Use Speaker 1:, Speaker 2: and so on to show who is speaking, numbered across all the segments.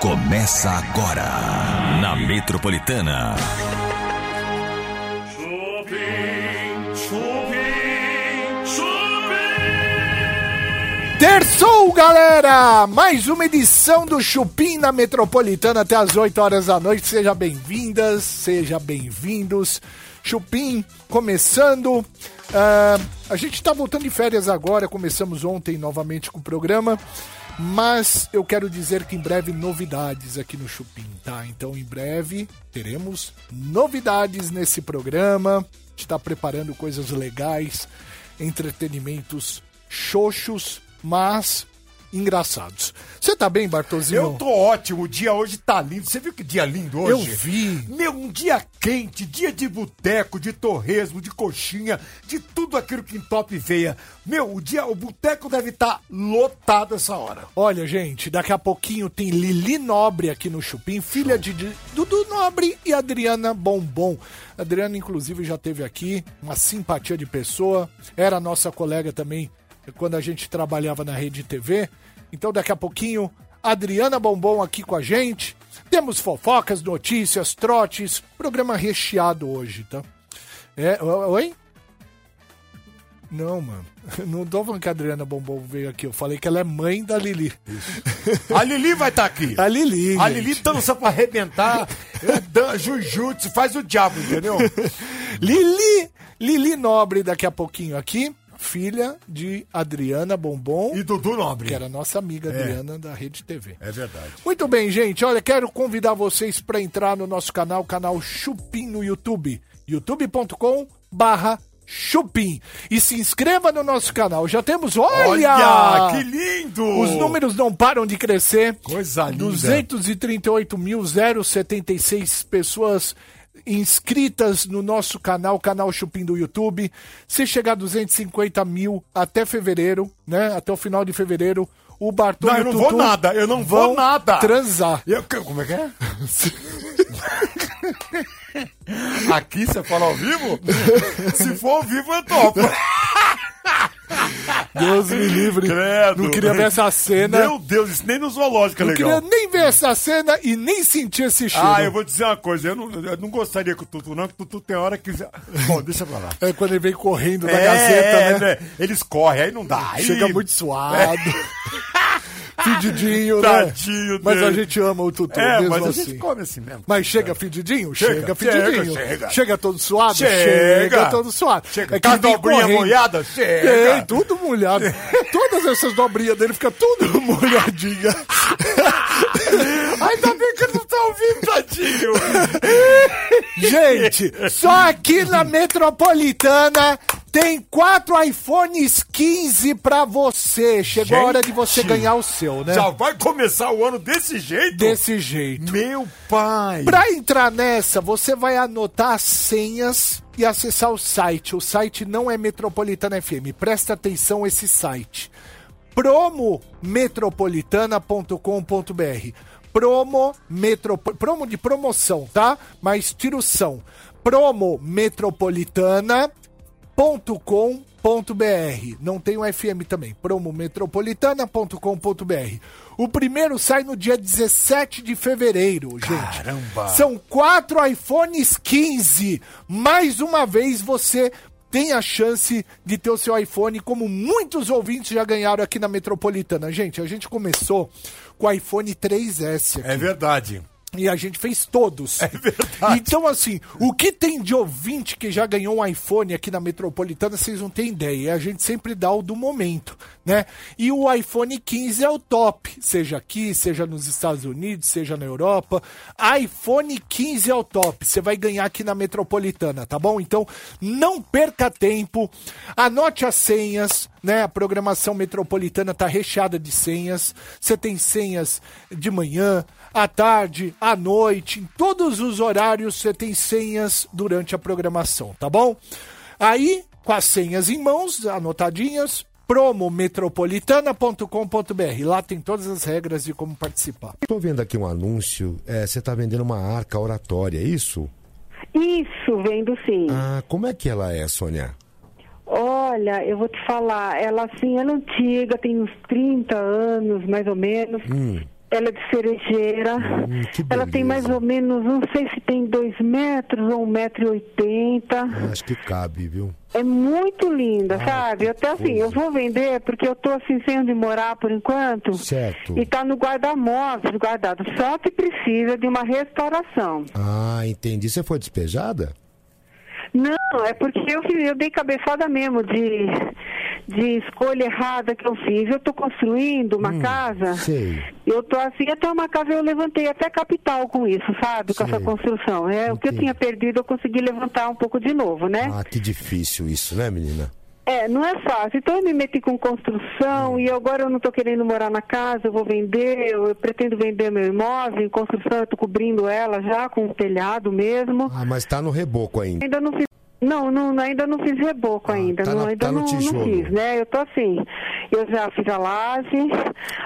Speaker 1: Começa agora na Metropolitana.
Speaker 2: Chupim, chupim, chupim.
Speaker 3: Terçou, galera! Mais uma edição do Chupim na Metropolitana até as 8 horas da noite. Seja bem-vindas, seja bem-vindos. Chupim começando. Ah, a gente tá voltando de férias agora, começamos ontem novamente com o programa. Mas eu quero dizer que em breve novidades aqui no Chupim, tá? Então em breve teremos novidades nesse programa. A gente tá preparando coisas legais, entretenimentos xoxos, mas engraçados. Você tá bem, Bartolzinho?
Speaker 4: Eu tô ótimo, o dia hoje tá lindo. Você viu que dia lindo hoje?
Speaker 3: Eu vi.
Speaker 4: Meu, um dia quente, dia de boteco, de torresmo, de coxinha, de tudo aquilo que entope veia. Meu, o dia, o boteco deve estar lotado essa hora.
Speaker 3: Olha, gente, daqui a pouquinho tem Lili Nobre aqui no Chupim, filha de de Dudu Nobre e Adriana Bombom. Adriana, inclusive, já teve aqui, uma simpatia de pessoa, era nossa colega também quando a gente trabalhava na Rede TV. Então, daqui a pouquinho, Adriana Bombom aqui com a gente. Temos fofocas, notícias, trotes, programa recheado hoje, tá? É, o- oi? Não, mano. Não tô falando que a Adriana Bombom veio aqui. Eu falei que ela é mãe da Lili.
Speaker 4: A Lili vai estar aqui.
Speaker 3: A Lili.
Speaker 4: A
Speaker 3: gente.
Speaker 4: Lili dança pra arrebentar, eh, dan- jujutsu, faz o diabo, entendeu?
Speaker 3: Lili. Lili Nobre daqui a pouquinho aqui. Filha de Adriana Bombom,
Speaker 4: E É. Dudu Nobre.
Speaker 3: que era nossa amiga Adriana da Rede TV.
Speaker 4: É verdade.
Speaker 3: Muito bem, gente. Olha, quero convidar vocês para entrar no nosso canal, canal Chupim no YouTube, youtube.com barra Chupim. E se inscreva no nosso canal. Já temos, olha,
Speaker 4: Olha, que lindo!
Speaker 3: Os números não param de crescer.
Speaker 4: Coisa linda.
Speaker 3: 238.076 pessoas inscritas no nosso canal, canal Chupim do YouTube. Se chegar a 250 mil até fevereiro, né? Até o final de fevereiro, o Bartolomeu
Speaker 4: Não, eu não vou nada, eu não vou nada.
Speaker 3: Transar.
Speaker 4: Eu- que- como é que é? Aqui você fala ao vivo? Se for ao vivo, eu topo.
Speaker 3: Deus me livre.
Speaker 4: Credo.
Speaker 3: Não queria ver essa cena.
Speaker 4: Meu Deus, isso nem no zoológico é
Speaker 3: não queria
Speaker 4: legal.
Speaker 3: nem ver essa cena e nem sentir esse cheiro.
Speaker 4: Ah, eu vou dizer uma coisa, eu não, eu não gostaria com o Tutu, não, que o Tutu tem hora que. Bom, deixa pra lá.
Speaker 3: É quando ele vem correndo da gazeta, né?
Speaker 4: né? Eles correm, aí não dá. Aí...
Speaker 3: Chega muito suado. Fedidinho, né?
Speaker 4: Tadinho
Speaker 3: Mas
Speaker 4: dele.
Speaker 3: a gente ama o Tutu,
Speaker 4: É,
Speaker 3: mesmo
Speaker 4: mas a
Speaker 3: assim.
Speaker 4: gente come assim mesmo.
Speaker 3: Mas chega fedidinho? Chega,
Speaker 4: Chega,
Speaker 3: fedidinho.
Speaker 4: chega, chega.
Speaker 3: todo suado?
Speaker 4: Chega. tá
Speaker 3: todo suado. É
Speaker 4: Chega,
Speaker 3: ele
Speaker 4: tá
Speaker 3: vem
Speaker 4: dobrinha
Speaker 3: correndo.
Speaker 4: molhada? Chega.
Speaker 3: Tem, tudo molhado. Todas essas dobrinhas dele fica tudo molhadinha.
Speaker 4: Ainda bem que não tá ao vivo, tadinho.
Speaker 3: Gente, só aqui na Metropolitana tem quatro iPhones 15 pra você. Chegou a hora de você
Speaker 4: Gente.
Speaker 3: ganhar o seu, né?
Speaker 4: Já vai começar o ano desse jeito?
Speaker 3: Desse jeito.
Speaker 4: Meu pai!
Speaker 3: Pra entrar nessa, você vai anotar as senhas e acessar o site. O site não é Metropolitana FM. Presta atenção esse site. promometropolitana.com.br promo, metropo, promo de promoção, tá? Mas tira o são. promometropolitana.com.br Não tem o FM também. promometropolitana.com.br O primeiro sai no dia 17 de fevereiro, gente.
Speaker 4: Caramba!
Speaker 3: São quatro iPhones 15. Mais uma vez você tem a chance de ter o seu iPhone, como muitos ouvintes já ganharam aqui na Metropolitana. Gente, a gente começou com o iPhone 3S aqui.
Speaker 4: É verdade.
Speaker 3: E a gente fez todos. É
Speaker 4: verdade.
Speaker 3: Então, assim, o que tem de ouvinte que já ganhou um iPhone aqui na Metropolitana, vocês não têm ideia. A gente sempre dá o do momento, né? E o iPhone 15 é o top. Seja aqui, seja nos Estados Unidos, seja na Europa. iPhone 15 é o top. Você vai ganhar aqui na Metropolitana, tá bom? Então, não perca tempo. Anote as senhas, né? A programação metropolitana tá recheada de senhas. Você tem senhas de manhã, à tarde, à noite, em todos os horários você tem senhas durante a programação, tá bom? Aí, com as senhas em mãos, anotadinhas, promometropolitana.com.br. Lá tem todas as regras de como participar.
Speaker 5: Estou vendo aqui um anúncio. é,
Speaker 4: tá
Speaker 5: Você está vendendo uma arca oratória, é isso?
Speaker 6: Isso, vendo sim.
Speaker 5: Ah, como é que ela é, Sônia?
Speaker 6: Olha, eu vou te falar, ela assim, é antiga, tem uns 30 anos, mais ou menos. Ela é de cerejeira.
Speaker 4: Hum. que
Speaker 6: ela tem mais
Speaker 4: beleza.
Speaker 6: ou menos, não sei se tem dois metros ou um metro e oitenta.
Speaker 4: Acho que cabe, viu?
Speaker 6: É muito linda,
Speaker 4: Ah,
Speaker 6: sabe?
Speaker 4: que
Speaker 6: Até assim,
Speaker 4: coisa.
Speaker 6: eu vou vender porque eu tô assim sem onde morar por enquanto.
Speaker 4: Certo.
Speaker 6: E tá no guarda-móveis, guardado. Só que precisa de uma restauração.
Speaker 4: Ah, entendi. Você foi despejada?
Speaker 6: Não, é porque eu, fiz- eu dei cabeçada mesmo de, de escolha errada que eu fiz. Eu tô construindo uma
Speaker 4: Hum,
Speaker 6: casa.
Speaker 4: sei.
Speaker 6: Eu tô assim, até uma casa eu levantei até capital com isso, sabe? Com essa
Speaker 4: Sei.
Speaker 6: construção. É, o que eu
Speaker 4: Entendi.
Speaker 6: tinha perdido eu consegui levantar um pouco de novo, né?
Speaker 4: Ah, que difícil isso, né, menina?
Speaker 6: É, não é fácil. Então eu me meti com construção e agora eu não estou querendo morar na casa, eu vou vender, eu, eu pretendo vender meu imóvel em construção, eu estou cobrindo ela já com o telhado mesmo.
Speaker 4: Ah, mas tá no reboco ainda.
Speaker 6: Ainda não fiz. Não, não, ainda não fiz reboco
Speaker 4: Ah,
Speaker 6: ainda.
Speaker 4: tá
Speaker 6: não,
Speaker 4: na-
Speaker 6: ainda
Speaker 4: tá no
Speaker 6: não, não
Speaker 4: tijolo.
Speaker 6: fiz, né? Eu tô assim. Eu já fiz a laje,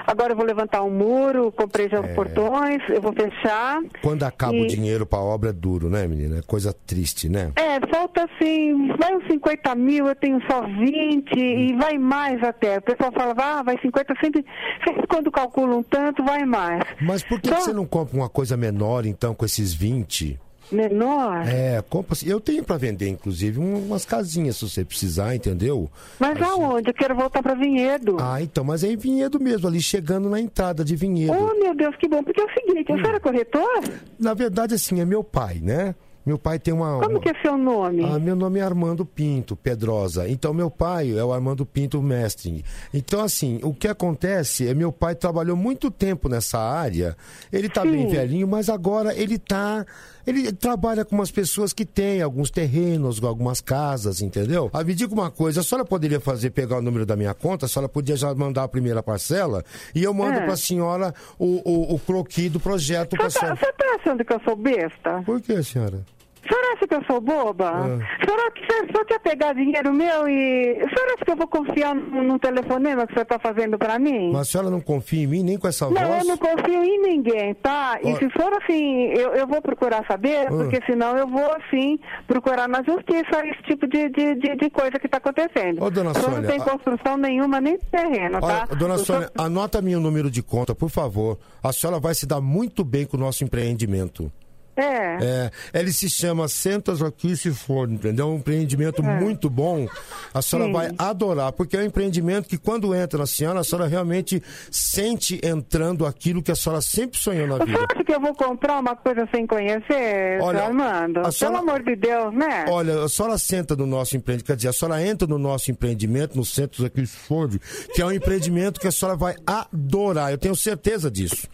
Speaker 6: agora eu vou levantar o muro, comprei já os portões, eu vou fechar.
Speaker 4: É. Quando acaba o
Speaker 6: E-
Speaker 4: dinheiro pra obra, é duro, né, menina? É Coisa triste, né?
Speaker 6: É, falta assim, vai uns 50 mil, eu tenho só 20 e vai mais até. O pessoal fala, ah, vai 50, sempre, sempre quando calcula um tanto, vai mais.
Speaker 4: Mas por que,
Speaker 6: Só
Speaker 4: que você não compra uma coisa menor, então, com esses 20?
Speaker 6: Menor?
Speaker 4: É, compra. Eu tenho pra vender, inclusive, um- umas casinhas, se você precisar, entendeu? Assim.
Speaker 6: Mas aonde? Eu quero voltar para Vinhedo.
Speaker 4: Ah, então, mas é em Vinhedo mesmo, ali chegando na entrada de Vinhedo. Hum.
Speaker 6: Oh, meu Deus, que bom. Porque é o seguinte, o senhor é corretor?
Speaker 4: Na verdade, assim, é meu pai, né? Meu pai tem uma.
Speaker 6: Como
Speaker 4: uma-
Speaker 6: que é seu nome?
Speaker 4: Ah, meu nome é Armando Pinto Pedrosa. Então, meu pai é o Armando Pinto Mestre. Então, assim, o que acontece é meu pai trabalhou muito tempo nessa área. Ele tá bem
Speaker 6: Sim.
Speaker 4: velhinho, mas agora ele tá. Ele trabalha com umas pessoas que têm alguns terrenos, algumas casas, entendeu? Ah, me diga uma coisa, a senhora poderia fazer, pegar o número da minha conta, a senhora podia já mandar a primeira parcela e eu mando
Speaker 6: É.
Speaker 4: pra senhora o, o, o croqui do projeto pra
Speaker 6: Você tá,
Speaker 4: senhora.
Speaker 6: você tá achando que eu sou besta?
Speaker 4: Por que, senhora?
Speaker 6: O senhor acha que eu sou boba?
Speaker 4: Ah.
Speaker 6: O senhor acha que- o senhor quer pegar dinheiro meu e. O senhor acha que eu vou confiar no, no telefonema que o senhor está fazendo para mim?
Speaker 4: Mas a senhora não confia em mim nem com essa
Speaker 6: Não,
Speaker 4: voz?
Speaker 6: eu não confio em ninguém, tá? E
Speaker 4: Ó. Ah.
Speaker 6: se for assim, eu, eu vou procurar saber, porque senão eu vou, assim, procurar na justiça esse tipo de, de, de, de coisa que está acontecendo.
Speaker 4: Ô, dona
Speaker 6: O senhor
Speaker 4: Sônia,
Speaker 6: não tem
Speaker 4: a-
Speaker 6: construção nenhuma, nem terreno,
Speaker 4: Olha,
Speaker 6: tá?
Speaker 4: dona
Speaker 6: O senhor-
Speaker 4: Sônia, anota meu número de conta, por favor. A senhora vai se dar muito bem com o nosso empreendimento.
Speaker 6: É.
Speaker 4: É, ele se chama Sentas Aqui Se For, entendeu? É um empreendimento muito bom. A senhora
Speaker 6: Sim.
Speaker 4: vai adorar, porque é um empreendimento que quando entra na senhora, a senhora realmente sente entrando aquilo que a senhora sempre sonhou na
Speaker 6: O senhor
Speaker 4: vida.
Speaker 6: acha que eu vou comprar uma coisa sem conhecer, seu
Speaker 4: Olha,
Speaker 6: Armando?
Speaker 4: a senhora-
Speaker 6: Pelo amor de Deus, né?
Speaker 4: Olha, a senhora senta no nosso empreendimento, quer dizer, a senhora entra no nosso empreendimento, no Centro aqui Ford, que é um empreendimento que a senhora vai adorar. Eu tenho certeza disso.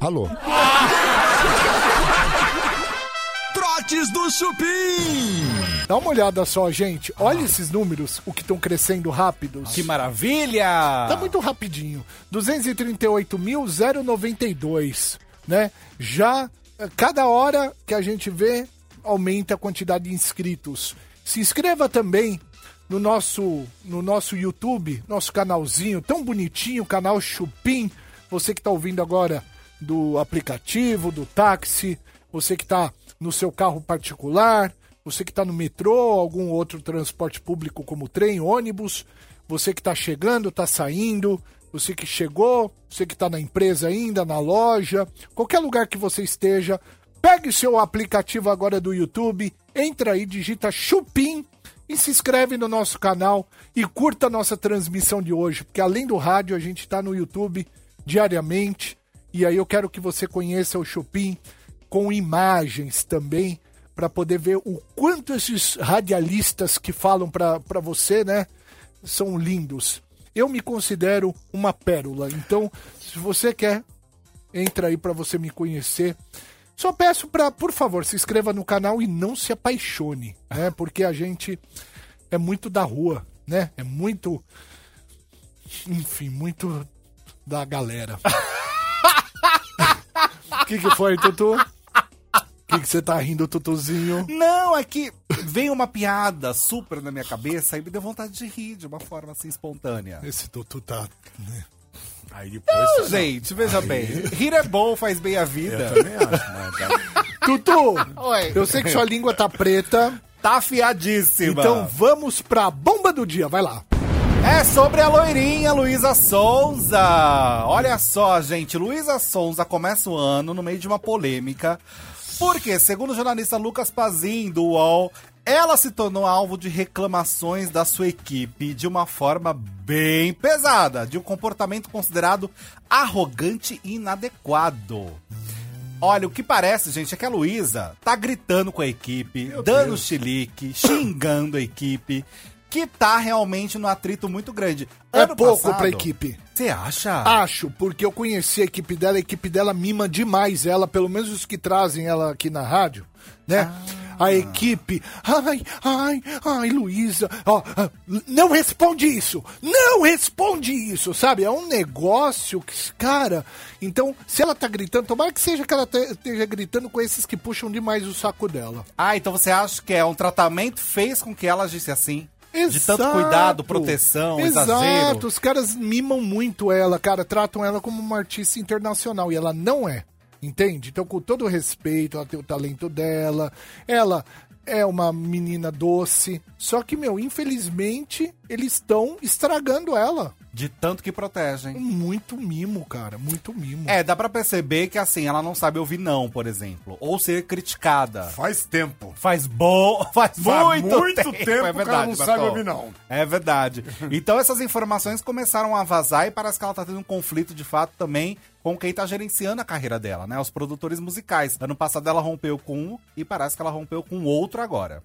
Speaker 4: Alô?
Speaker 1: Trotes do Chupim.
Speaker 3: Dá uma olhada só, gente. Olha esses números, o que estão crescendo rápidos.
Speaker 7: Que maravilha!
Speaker 3: Tá muito rapidinho. 238.092, né? Já eh, cada hora que a gente vê aumenta a quantidade de inscritos. Se inscreva também no nosso no nosso YouTube, nosso canalzinho tão bonitinho, canal Chupim. Você que tá ouvindo agora do aplicativo, do táxi, você que tá no seu carro particular, você que está no metrô, algum outro transporte público como trem, ônibus, você que está chegando, está saindo, você que chegou, você que está na empresa ainda, na loja, qualquer lugar que você esteja, pegue seu aplicativo agora do YouTube, entra aí, digita Chupim e se inscreve no nosso canal e curta a nossa transmissão de hoje, porque além do rádio a gente está no YouTube diariamente e aí eu quero que você conheça o Chupim com imagens também para poder ver o quanto esses radialistas que falam para você, né, são lindos. Eu me considero uma pérola. Então, se você quer, entra aí para você me conhecer. Só peço para, por favor, se inscreva no canal e não se apaixone, né? Porque a gente é muito da rua, né? É muito enfim, muito da galera. O que que foi, Tutu? O que que você tá rindo, Tutuzinho?
Speaker 7: Não, é que veio uma piada super na minha cabeça e me deu vontade de rir de uma forma assim espontânea.
Speaker 3: Esse Tutu tá... né?
Speaker 8: Aí depois.
Speaker 7: Não, gente, veja bem. Rir é bom, faz bem a vida.
Speaker 8: Eu também acho, mas tá-
Speaker 3: Tutu!
Speaker 7: Oi.
Speaker 3: Eu sei que sua língua tá preta,
Speaker 7: Tá afiadíssima.
Speaker 8: Então
Speaker 3: então vamos pra bomba do dia, vai lá.
Speaker 4: É sobre a loirinha Luísa Sonza. Olha só, gente, Luísa Sonza começa o ano no meio de uma polêmica, porque, segundo o jornalista Lucas Pazin, do UOL, ela se tornou alvo de reclamações da sua equipe de uma forma bem pesada, de um comportamento considerado arrogante e inadequado. Olha, o que parece, gente, é que a Luísa tá gritando com a equipe, dando chilique, xingando a equipe, que tá realmente num atrito muito grande.
Speaker 3: É
Speaker 4: Ano
Speaker 3: pouco
Speaker 4: passado-
Speaker 3: pra equipe. Ah.
Speaker 4: Você acha?
Speaker 3: Acho, porque eu conheci a equipe dela, a equipe dela mima demais ela, pelo menos os que trazem ela aqui na rádio, né? A equipe, ai, ai, ai, Luísa, ó, ah, não responde isso, não responde isso, sabe? É um negócio que, cara, então, se ela tá gritando, tomara que seja que ela te- esteja gritando com esses que puxam demais o saco dela.
Speaker 4: Ah, então você acha que é um tratamento fez com que ela agisse assim? De tanto
Speaker 3: Exato.
Speaker 4: cuidado, proteção,
Speaker 3: Exato.
Speaker 4: exagero.
Speaker 3: Os caras mimam muito ela, cara. Tratam ela como uma artista internacional. E ela não é. Entende? Então, com todo o respeito, ela tem o talento dela. Ela é uma menina doce. Só que, meu, infelizmente, eles estão estragando ela.
Speaker 4: De tanto que protegem.
Speaker 3: Muito mimo, cara. Muito mimo.
Speaker 4: É, dá pra perceber que assim, ela não sabe ouvir não, por exemplo. Ou ser criticada.
Speaker 9: Faz tempo.
Speaker 4: Faz bom, faz
Speaker 9: Faz
Speaker 4: muito,
Speaker 9: muito
Speaker 4: tempo,
Speaker 9: tempo que ela
Speaker 4: é verdade,
Speaker 9: não
Speaker 4: Bartol.
Speaker 9: sabe ouvir, não.
Speaker 4: É verdade. Então essas informações começaram a vazar e parece que ela tá tendo um conflito de fato também com quem tá gerenciando a carreira dela, né? Os produtores musicais. Ano passado ela rompeu com um e parece que ela rompeu com outro agora.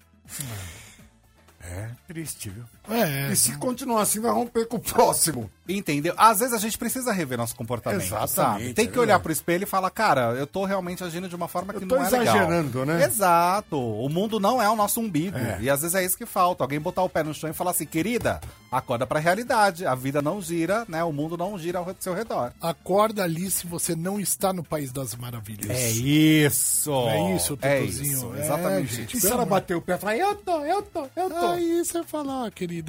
Speaker 9: Triste, viu?
Speaker 3: É.
Speaker 9: E se continuar assim, vai romper com o próximo.
Speaker 4: Entendeu? Às vezes a gente precisa rever nosso comportamento,
Speaker 9: Exatamente,
Speaker 4: sabe?
Speaker 9: é
Speaker 4: Tem que
Speaker 9: verdade.
Speaker 4: olhar pro espelho e falar, cara, eu tô realmente agindo de uma forma que
Speaker 9: Eu tô
Speaker 4: não é legal.
Speaker 9: exagerando, né?
Speaker 4: Exato. O mundo não é o nosso umbigo. E às vezes é isso que falta. Alguém botar o pé no chão e falar assim, querida, acorda pra realidade. A vida não gira, né? O mundo não gira ao seu redor.
Speaker 3: Acorda ali se você não está no País das Maravilhas.
Speaker 4: É, isso.
Speaker 3: É isso,
Speaker 4: É
Speaker 3: Tutuzinho.
Speaker 4: isso,
Speaker 3: É,
Speaker 4: exatamente.
Speaker 3: gente.
Speaker 9: E se ela bater o pé e falar, eu tô, eu tô, eu tô.
Speaker 3: Aí você fala, ah, querida.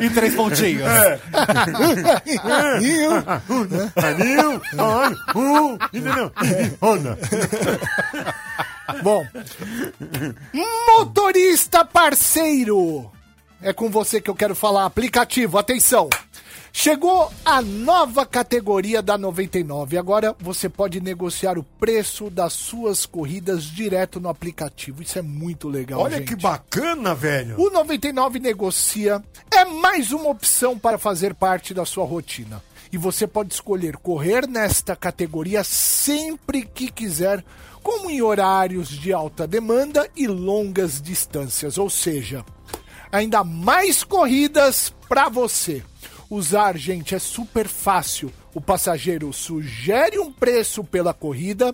Speaker 4: E três pontinhos.
Speaker 9: Anil, olha, uh, entendeu? Ona.
Speaker 10: Então,
Speaker 3: Bom, motorista parceiro, é com você que eu quero falar. Aplicativo, atenção. Chegou a nova categoria da 99. Agora você pode negociar o preço das suas corridas direto no aplicativo. Isso é muito legal,
Speaker 9: Olha
Speaker 3: gente.
Speaker 9: que bacana, velho.
Speaker 10: Uh!
Speaker 3: O 99 Negocia é mais uma opção para fazer parte da sua rotina. E você pode escolher correr nesta categoria sempre que quiser, como em horários de alta demanda e longas distâncias. Ou seja, ainda mais corridas para você. Usar, gente, é super fácil. O passageiro sugere um preço pela corrida,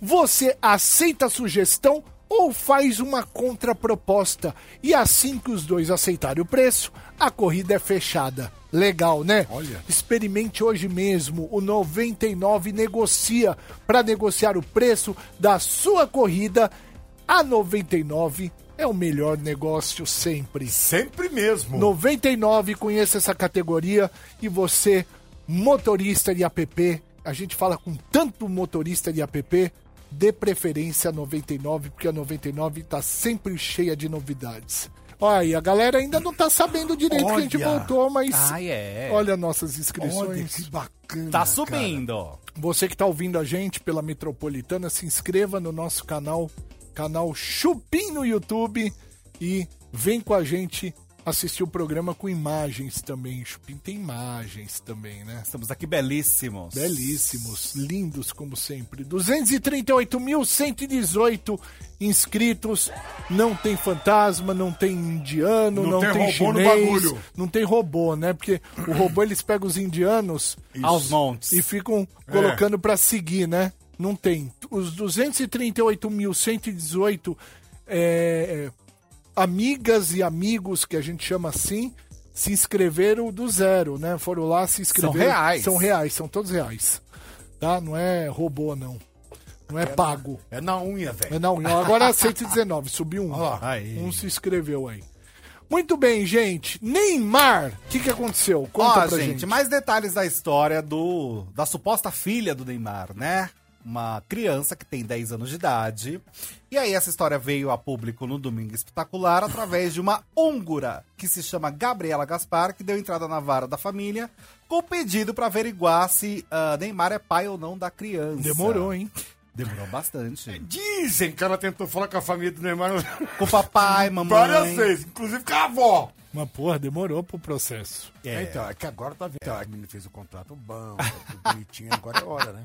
Speaker 3: você aceita a sugestão ou faz uma contraproposta. E assim que os dois aceitarem o preço, a corrida é fechada. Legal, né? Olha. Experimente hoje mesmo. O 99 negocia para negociar o preço da sua corrida. A 99 é o melhor negócio sempre.
Speaker 9: Sempre mesmo.
Speaker 3: 99, conheça essa categoria e você, motorista de app, a gente fala com tanto motorista de app, dê preferência a 99, porque a 99 tá sempre cheia de novidades. Olha, aí, a galera ainda não tá sabendo direito que a gente
Speaker 9: Olha.
Speaker 3: voltou, mas
Speaker 4: Ah, é.
Speaker 3: olha nossas
Speaker 9: Olha
Speaker 3: inscrições.
Speaker 9: que bacana.
Speaker 4: Tá
Speaker 9: cara.
Speaker 4: subindo.
Speaker 3: Você que tá ouvindo a gente pela Metropolitana, se inscreva no nosso canal, canal Chupim no YouTube e vem com a gente assistir o programa com imagens também. Chupim tem imagens também, né?
Speaker 4: Estamos aqui belíssimos.
Speaker 3: Belíssimos, lindos como sempre. 238.118 inscritos. Não tem fantasma, não tem indiano, não,
Speaker 9: Não tem
Speaker 3: tem,
Speaker 9: robô no
Speaker 3: chinês,
Speaker 9: bagulho.
Speaker 3: não tem robô, né? Porque o robô eles pegam os indianos
Speaker 4: Aos montes.
Speaker 3: e ficam colocando pra seguir, né? Não tem. Os 238.118 é, amigas e amigos, que a gente chama assim, se inscreveram do zero, né? Foram lá, se inscreveram.
Speaker 4: reais.
Speaker 3: São reais, são todos reais. Tá? Não é robô, não. Não é pago.
Speaker 9: É na unha, velho.
Speaker 3: É na união. Agora é 119, subiu um.
Speaker 9: lá.
Speaker 4: Aí.
Speaker 3: Um se inscreveu aí. Muito bem, gente. Neymar, o que, que aconteceu? Conta
Speaker 4: Ó,
Speaker 3: pra
Speaker 4: gente,
Speaker 3: gente.
Speaker 4: mais detalhes da história do da suposta filha do Neymar, né? uma criança que tem 10 anos de idade. E aí essa história veio a público no Domingo Espetacular através de uma húngara que se chama Gabriela Gaspar, que deu entrada na vara da família com pedido para averiguar se ah, Neymar é pai ou não da criança.
Speaker 3: Demorou, hein?
Speaker 4: Demorou bastante.
Speaker 9: Dizem que ela tentou falar com a família do Neymar
Speaker 4: Com papai, mamãe.
Speaker 9: várias vezes, inclusive com a avó.
Speaker 3: Mas, porra, demorou pro processo.
Speaker 10: É. Então, é que agora tá vendo. Então, a menina fez o contrato bom, tá tudo bonitinho, agora é hora, né?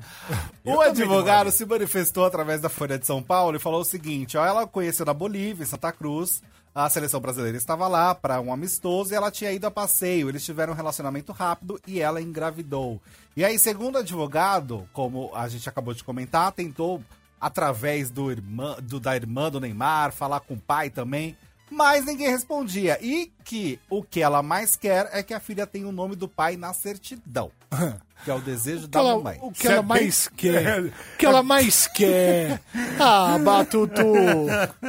Speaker 4: O advogado se manifestou através da Folha de São Paulo e falou o seguinte: ó, ela conheceu na Bolívia, em Santa Cruz. A seleção brasileira estava lá para um amistoso e ela tinha ido a passeio. Eles tiveram um relacionamento rápido e ela engravidou. E aí, segundo o advogado, como a gente acabou de comentar, tentou através do irmã, do- da irmã do Neymar falar com o pai também, mas ninguém respondia. E que o que ela mais quer é que a filha tenha o nome do pai na certidão, que é o desejo
Speaker 3: que
Speaker 4: da
Speaker 3: ela-
Speaker 4: mamãe.
Speaker 3: o que ela mais quer? O que ela mais quer? Ah, Batutu!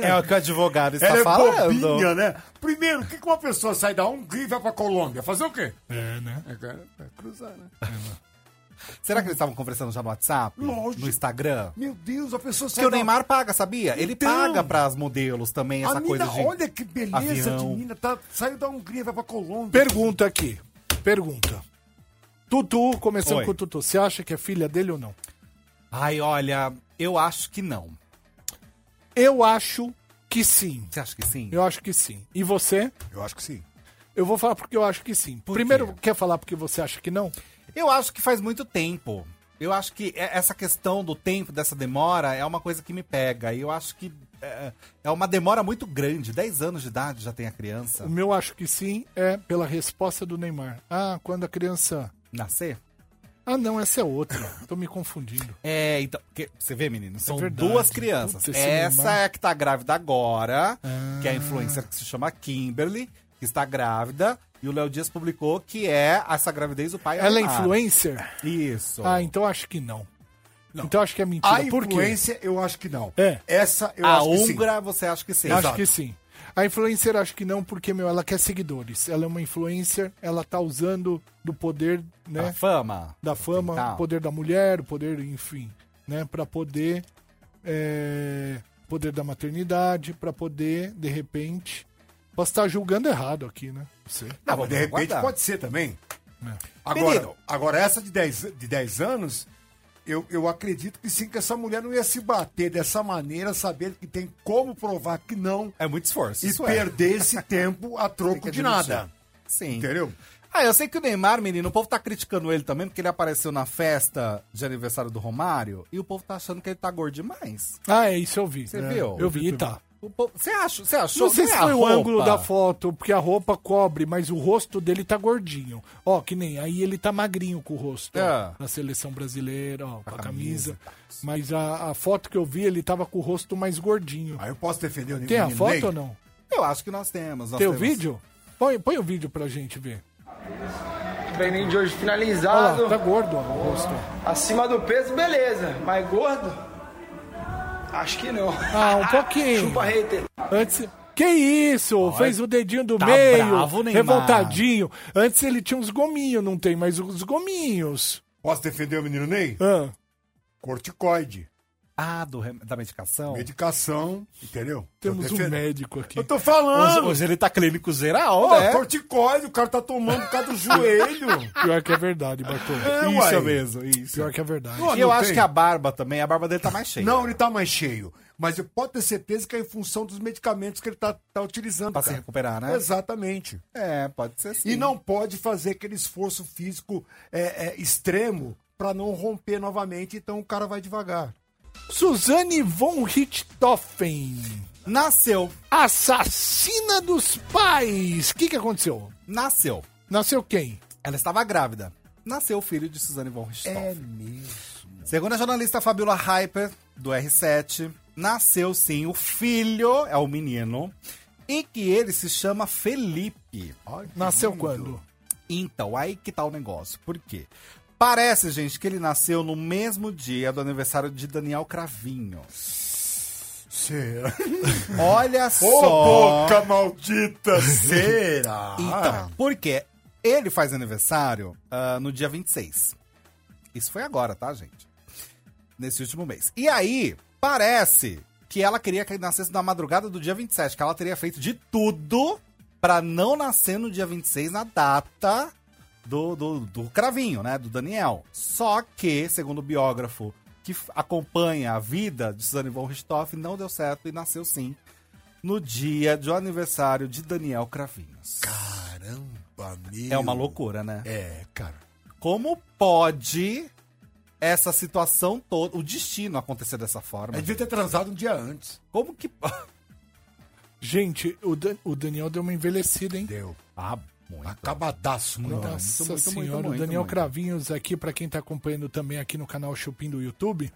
Speaker 4: É o que o advogado está
Speaker 9: Ela é
Speaker 4: tá falando.
Speaker 9: bobinha, né? Primeiro, o que, que uma pessoa sai da Hungria e vai pra Colômbia? Fazer o quê?
Speaker 3: É, né?
Speaker 9: É, é cruzar, né?
Speaker 4: Será que eles estavam conversando já no WhatsApp?
Speaker 9: Lógico.
Speaker 4: No Instagram?
Speaker 9: Meu Deus, a pessoa sai
Speaker 4: Porque o
Speaker 9: da-
Speaker 4: Neymar paga, sabia? Ele
Speaker 9: Então.
Speaker 4: paga para as modelos também
Speaker 9: A
Speaker 4: essa
Speaker 9: mina,
Speaker 4: coisa de.
Speaker 9: olha que beleza
Speaker 4: avião.
Speaker 9: de mina. Tá, saiu da Hungria e vai pra Colômbia.
Speaker 3: Pergunta aqui. Pergunta. Tutu, começando
Speaker 4: Oi.
Speaker 3: com o Tutu, você acha que é filha dele ou não?
Speaker 4: Ai, olha, eu acho que não.
Speaker 3: Eu acho que sim.
Speaker 4: Você acha que sim?
Speaker 3: Eu acho que sim. E você?
Speaker 10: Eu acho que sim.
Speaker 3: Eu vou falar porque eu acho que sim. Primeiro, quer falar porque você acha que não?
Speaker 4: Eu acho que faz muito tempo. Eu acho que é- essa questão do tempo, dessa demora, é uma coisa que me pega. E eu acho que é, é uma demora muito grande. 10 anos de idade já tem a criança.
Speaker 3: O meu acho que sim é pela resposta do Neymar. Ah, quando a criança.
Speaker 4: Nascer?
Speaker 3: Ah, não, essa é outra. Tô me confundindo.
Speaker 4: É, então. que- você vê, menino? São
Speaker 3: É verdade.
Speaker 4: duas crianças.
Speaker 3: Puta, esse Ah.
Speaker 4: Essa
Speaker 3: Neymar.
Speaker 4: é a que tá grávida agora, que é a influencer que se chama Kimberly, que está grávida. E o Léo Dias publicou que é essa gravidez o pai
Speaker 3: Ela é
Speaker 4: Neymar.
Speaker 3: influencer?
Speaker 4: Isso.
Speaker 3: Ah, então acho que não. Então acho que é mentira.
Speaker 9: A
Speaker 3: Por quê?
Speaker 9: influência, eu acho que não.
Speaker 3: É.
Speaker 9: Essa eu
Speaker 4: a
Speaker 9: acho que sim.
Speaker 4: húngara, você acha que sim?
Speaker 3: Eu Acho que sim. A influencer acho que não, porque, meu, ela quer seguidores. Ela é uma influencer, ela tá usando do poder, né?
Speaker 4: A fama.
Speaker 3: da fama,
Speaker 4: Tá.
Speaker 3: o poder da mulher, o poder, enfim, né, Pra poder é, poder da maternidade, pra poder de repente posso estar julgando errado aqui, né? Não sei.
Speaker 9: Não,
Speaker 4: vamos
Speaker 9: mas de repente
Speaker 4: aguardar.
Speaker 9: pode ser também. Agora,
Speaker 4: É. Menino.
Speaker 9: agora, essa de 10, de 10 anos, eu, eu acredito que sim, que essa mulher não ia se bater dessa maneira, sabendo que tem como provar que não
Speaker 4: É muito esforço.
Speaker 9: e
Speaker 4: isso é.
Speaker 9: perder esse tempo a
Speaker 4: Tem
Speaker 9: troco
Speaker 4: que
Speaker 9: de
Speaker 4: admitir.
Speaker 9: nada.
Speaker 4: Sim.
Speaker 9: Entendeu?
Speaker 4: Ah, eu sei que o Neymar, menino, o povo tá criticando ele também, porque ele apareceu na festa de aniversário do Romário e o povo tá achando que ele tá gordo demais.
Speaker 3: Ah, é isso eu vi.
Speaker 4: Você
Speaker 3: É,
Speaker 4: viu?
Speaker 3: Eu vi, e tá.
Speaker 4: O povo- Você acha? Você achou?
Speaker 3: Não sei
Speaker 4: é
Speaker 3: se
Speaker 4: a
Speaker 3: foi o
Speaker 4: roupa.
Speaker 3: ângulo da foto, porque a roupa cobre, mas o rosto dele tá gordinho. Ó, que nem aí ele tá magrinho com o rosto. ó,
Speaker 4: É.
Speaker 3: na seleção brasileira, ó, com a camisa.
Speaker 4: camisa.
Speaker 3: Mas a, a foto que eu vi, ele tava com o rosto mais gordinho.
Speaker 9: Aí eu posso defender o
Speaker 3: Tem a
Speaker 9: menino
Speaker 3: foto
Speaker 9: Ney?
Speaker 3: ou não?
Speaker 4: Eu acho que nós temos. nós
Speaker 3: Tem o
Speaker 4: temos.
Speaker 3: vídeo? Põe, põe o vídeo pra gente ver.
Speaker 11: Treininho de hoje
Speaker 3: Olha
Speaker 11: finalizado.
Speaker 3: lá, tá gordo ó, o rosto.
Speaker 11: Acima do peso, beleza. Mas gordo? Acho que não.
Speaker 3: Ah, um pouquinho.
Speaker 11: Chupa hater.
Speaker 3: Antes. Que isso? Fez o dedinho do
Speaker 4: tá
Speaker 3: meio,
Speaker 4: bravo, Neymar.
Speaker 3: revoltadinho. Antes ele tinha uns gominhos, não tem mais os gominhos.
Speaker 9: Posso defender o menino
Speaker 4: É.
Speaker 9: Ney?
Speaker 3: Ah,
Speaker 9: Corticoide,
Speaker 4: Ah, do rem- da medicação?
Speaker 9: medicação, entendeu?
Speaker 3: temos
Speaker 9: Eu
Speaker 3: um
Speaker 9: defendo.
Speaker 3: médico aqui.
Speaker 9: Eu tô falando!
Speaker 4: Hoje, hoje ele tá clínico geral,
Speaker 9: Ó,
Speaker 4: né?
Speaker 9: corticoide, o cara tá tomando por causa do joelho.
Speaker 3: Pior que é verdade, Bartô.
Speaker 9: É,
Speaker 4: Isso
Speaker 9: uai.
Speaker 4: mesmo, isso.
Speaker 3: Pior que é verdade.
Speaker 9: Não,
Speaker 4: E eu
Speaker 9: não
Speaker 4: acho
Speaker 9: tem.
Speaker 4: que a barba também, a barba dele tá mais cheia.
Speaker 9: Não, ele tá mais cheio. Mas eu posso ter certeza que é em função dos medicamentos que ele tá, tá utilizando.
Speaker 4: Pra se
Speaker 9: cara.
Speaker 4: recuperar, né?
Speaker 9: Exatamente.
Speaker 4: É, pode ser sim.
Speaker 9: E não pode fazer aquele esforço físico é, é, extremo pra não romper novamente, então o cara vai devagar.
Speaker 3: Suzane von Richthofen,
Speaker 4: Nasceu.
Speaker 3: assassina dos pais. O que, que aconteceu?
Speaker 4: Nasceu.
Speaker 3: Nasceu quem?
Speaker 4: Ela estava grávida. Nasceu o filho de Suzane von
Speaker 3: É
Speaker 4: Richthofen.
Speaker 9: mesmo.
Speaker 4: Segundo a jornalista Fabiola Hyper, do R7, nasceu sim o filho, é o menino, e que ele se chama Felipe.
Speaker 3: Nasceu quando?
Speaker 4: Então, aí que tá o negócio. Por quê? Parece, gente, que ele nasceu no mesmo dia do aniversário de Daniel Cravinho.
Speaker 9: Será?
Speaker 4: Olha
Speaker 9: Ô,
Speaker 4: só.
Speaker 9: boca maldita! Será?
Speaker 4: Então, porque ele faz aniversário ah, no dia 26. Isso foi agora, tá, gente? nesse último mês. E aí, parece que ela queria que nascesse na madrugada do dia 27, que ela teria feito de tudo pra não nascer no dia 26, na data do, do, do cravinho, né? Do Daniel. Só que, segundo o biógrafo que f- acompanha a vida de Suzane von Richthofen, não deu certo e nasceu sim no dia do aniversário de Daniel Cravinhos.
Speaker 10: Caramba, meu.
Speaker 4: É uma loucura, né?
Speaker 10: É, cara.
Speaker 4: Como pode essa situação toda, o destino acontecer dessa forma?
Speaker 3: É
Speaker 10: Eu devia ter transado um dia antes.
Speaker 4: Como que.
Speaker 3: Gente, o, Dan- o Daniel deu uma envelhecida, hein?
Speaker 10: Deu.
Speaker 4: ah, muito.
Speaker 10: Acabadaço, mano.
Speaker 3: Nossa
Speaker 4: muito, muito,
Speaker 3: senhora,
Speaker 4: muito,
Speaker 3: o Daniel
Speaker 4: muito.
Speaker 3: Cravinhos aqui, pra quem tá acompanhando também aqui no canal Chupim do YouTube,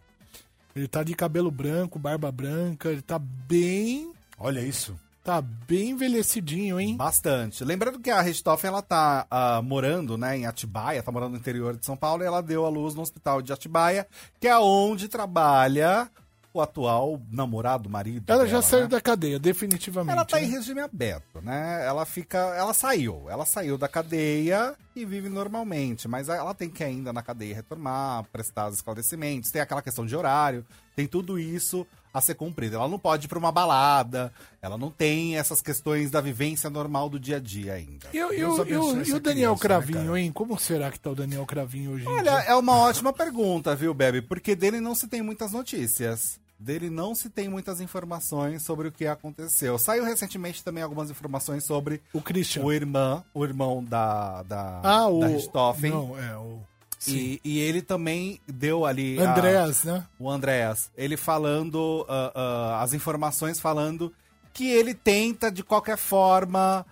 Speaker 3: ele tá de cabelo branco, barba branca, ele tá bem,
Speaker 10: Olha isso.
Speaker 3: tá bem envelhecidinho, hein?
Speaker 4: Bastante. Lembrando que a Richthofen, ela tá ah, morando, né, em Atibaia, tá morando no interior de São Paulo, e ela deu à luz no hospital de Atibaia, que é onde trabalha o atual namorado, marido.
Speaker 3: Ela
Speaker 4: dela,
Speaker 3: já saiu
Speaker 4: né?
Speaker 3: da cadeia, definitivamente.
Speaker 4: Ela tá em
Speaker 3: né?
Speaker 4: regime aberto, né? Ela fica. Ela saiu. Ela saiu da cadeia e vive normalmente. Mas ela tem que ainda na cadeia retornar, prestar os esclarecimentos, tem aquela questão de horário, tem tudo isso a ser cumprido. Ela não pode ir pra uma balada, ela não tem essas questões da vivência normal do dia a dia ainda.
Speaker 3: E o-
Speaker 10: Deus
Speaker 3: e o- e o-
Speaker 10: abençoe
Speaker 3: e o
Speaker 10: essa criança,
Speaker 3: Daniel
Speaker 10: né,
Speaker 3: Cravinho,
Speaker 10: cara?
Speaker 3: hein? Como será que tá o Daniel Cravinho hoje em
Speaker 4: Olha,
Speaker 3: dia?
Speaker 4: é uma ótima pergunta, viu, Bebe? Porque dele não se tem muitas notícias. Dele não se tem muitas informações sobre o que aconteceu. Saiu recentemente também algumas informações sobre
Speaker 3: O Christian.
Speaker 4: O irmão, o irmão da, da,
Speaker 3: ah,
Speaker 4: da
Speaker 3: o...
Speaker 4: Richthofen.
Speaker 3: Não, é, o...
Speaker 4: E, e ele também deu ali. a-
Speaker 3: Andreas, né?
Speaker 4: o Andreas. Ele falando. ah, ah, as informações falando que ele tenta, de qualquer forma,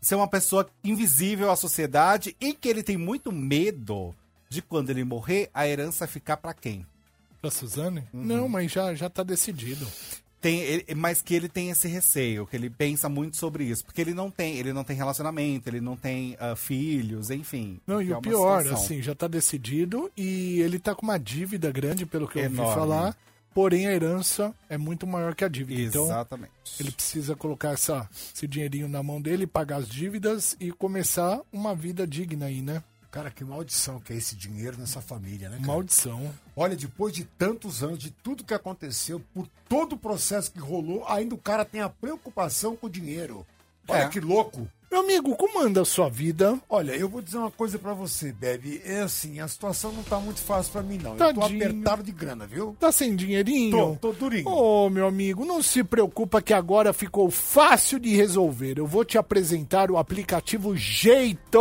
Speaker 4: ser uma pessoa invisível à sociedade e que ele tem muito medo de quando ele morrer, a herança ficar pra quem?
Speaker 3: Da Suzane?
Speaker 4: Uhum.
Speaker 3: Não, mas já, já tá decidido.
Speaker 4: Tem, ele- mas que ele tem esse receio, que ele pensa muito sobre isso, porque ele não tem, ele não tem relacionamento, ele não tem ah, filhos, enfim.
Speaker 3: Não, e
Speaker 4: É
Speaker 3: o
Speaker 4: uma
Speaker 3: pior,
Speaker 4: situação.
Speaker 3: assim, já tá decidido e ele tá com uma dívida grande, pelo que eu ouvi
Speaker 4: Enorme.
Speaker 3: falar. Porém, a herança é muito maior que a dívida. Então,
Speaker 4: Exatamente.
Speaker 3: ele precisa colocar essa, esse dinheirinho na mão dele, pagar as dívidas e começar uma vida digna aí, né?
Speaker 10: Cara, que maldição que é esse dinheiro nessa família, né? cara?
Speaker 3: Maldição.
Speaker 10: Olha, depois de tantos anos, de tudo que aconteceu, por todo o processo que rolou, ainda o cara tem a preocupação com o dinheiro. Olha
Speaker 4: É.
Speaker 10: que louco.
Speaker 3: Meu amigo, como anda a sua vida?
Speaker 10: Olha, eu vou dizer uma coisa pra você, Bebe. É assim, a situação não tá muito fácil pra mim, não. Eu tô
Speaker 3: Tadinho.
Speaker 10: apertado de grana, viu?
Speaker 3: Tá sem dinheirinho?
Speaker 10: Tô, tô durinho.
Speaker 3: Ô, meu amigo, não se preocupa que agora ficou fácil de resolver. Eu vou te apresentar o aplicativo Jeito.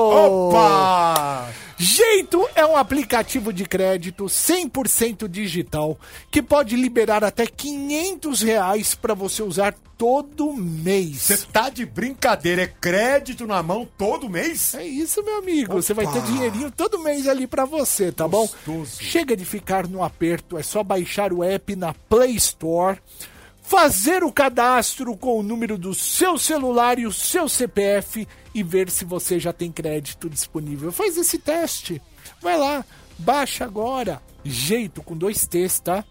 Speaker 10: Opa!
Speaker 3: Jeito é um aplicativo de crédito 100% digital que pode liberar até 500 reais para você usar todo mês.
Speaker 10: Você tá de brincadeira, é crédito na mão todo mês?
Speaker 3: É isso, meu amigo. Você vai ter dinheirinho todo mês ali pra você, tá bom?
Speaker 10: Gostoso.
Speaker 3: Chega de ficar no aperto, é só baixar o app na Play Store, fazer o cadastro com o número do seu celular e o seu CPF e ver se você já tem crédito disponível. Faz esse teste. Vai lá, baixa agora. Jeito com dois T's, tá?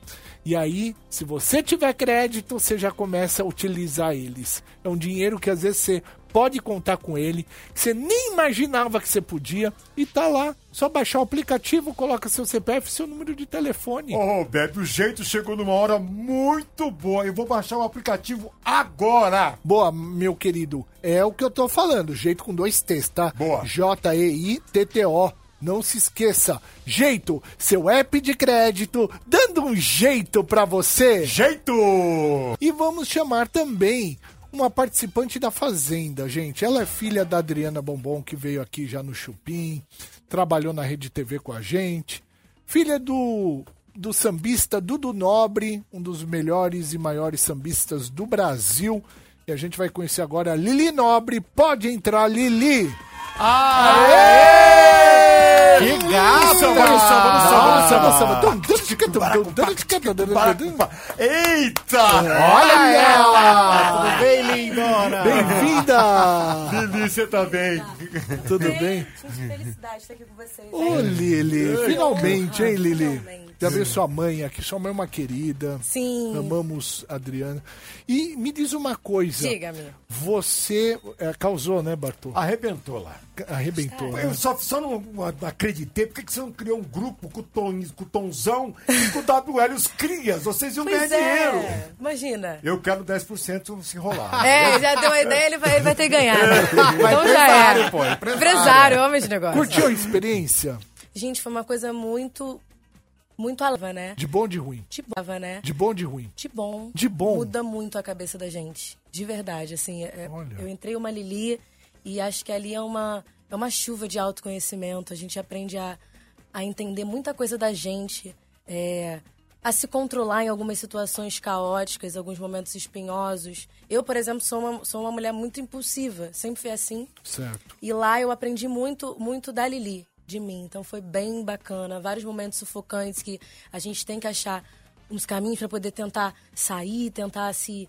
Speaker 3: E aí, se você tiver crédito, você já começa a utilizar eles. É um dinheiro que às vezes você pode contar com ele, que você nem imaginava que você podia, e tá lá. Só baixar o aplicativo, coloca seu CPF e seu número de telefone.
Speaker 10: Ô, Bebe, o jeito chegou numa hora muito boa. Eu vou baixar o aplicativo agora.
Speaker 3: Boa, meu querido. É o que eu tô falando. Jeito com dois T's, tá?
Speaker 10: Boa.
Speaker 3: J-E-I-T-T-O. Não se esqueça. Jeito, seu app de crédito, dando um jeito pra você.
Speaker 10: Jeito!
Speaker 3: E vamos chamar também uma participante da Fazenda, gente. Ela é filha da Adriana Bombom, que veio aqui já no Chupim, trabalhou na Rede TV com a gente. Filha do, do sambista Dudu Nobre, um dos melhores e maiores sambistas do Brasil. E a gente vai conhecer agora a Lili Nobre. Pode entrar, Lili!
Speaker 4: Que
Speaker 3: ah,
Speaker 10: Eita!
Speaker 3: Olha ela!
Speaker 4: Tudo bem, lindona?
Speaker 3: Bem-vinda!
Speaker 10: Lili, você tá bem?
Speaker 3: Tudo bem?
Speaker 12: Gente, felicidade de estar aqui com vocês.
Speaker 3: Ô, Lili, finalmente, hein, Lili?
Speaker 12: Finalmente.
Speaker 3: Já veio sua mãe aqui, sua mãe é uma querida.
Speaker 12: Sim.
Speaker 3: Amamos a Adriana. E me diz uma coisa.
Speaker 12: Diga-me. Ah,
Speaker 3: Você é, causou, né, Bartô?
Speaker 10: Arrebentou lá.
Speaker 3: Arrebentou.
Speaker 10: Eu
Speaker 3: Né?
Speaker 10: só, só não acreditei. Por que que você não criou um grupo com o, Ton- com o Tonzão
Speaker 9: não. E com o WL os crias, vocês iam ganhar
Speaker 12: Pois é.
Speaker 9: dinheiro.
Speaker 12: Imagina.
Speaker 9: Eu quero 10% se rolar.
Speaker 12: É, já deu uma ideia, ele vai, ele vai ter ganhado. então já
Speaker 4: É, empresário,
Speaker 12: era.
Speaker 4: pô, empresário.
Speaker 12: Empresário, homem de negócio.
Speaker 3: Curtiu a experiência?
Speaker 12: Gente, foi uma coisa muito. Muito alava, né?
Speaker 3: De bom ou de ruim?
Speaker 12: De bava, né?
Speaker 3: De bom ou de ruim?
Speaker 12: De bom.
Speaker 3: De bom.
Speaker 12: Muda muito a cabeça da gente. De verdade, assim. é-
Speaker 3: Olha.
Speaker 12: eu entrei uma Lili e acho que ali é uma, é uma chuva de autoconhecimento. A gente aprende a, a entender muita coisa da gente, é, a se controlar em algumas situações caóticas, alguns momentos espinhosos. Eu, por exemplo, sou uma, sou uma mulher muito impulsiva. Sempre fui assim.
Speaker 3: Certo.
Speaker 12: E lá eu aprendi muito, muito da Lili, de mim. Então foi bem bacana. Vários momentos sufocantes que a gente tem que achar uns caminhos para poder tentar sair, tentar se,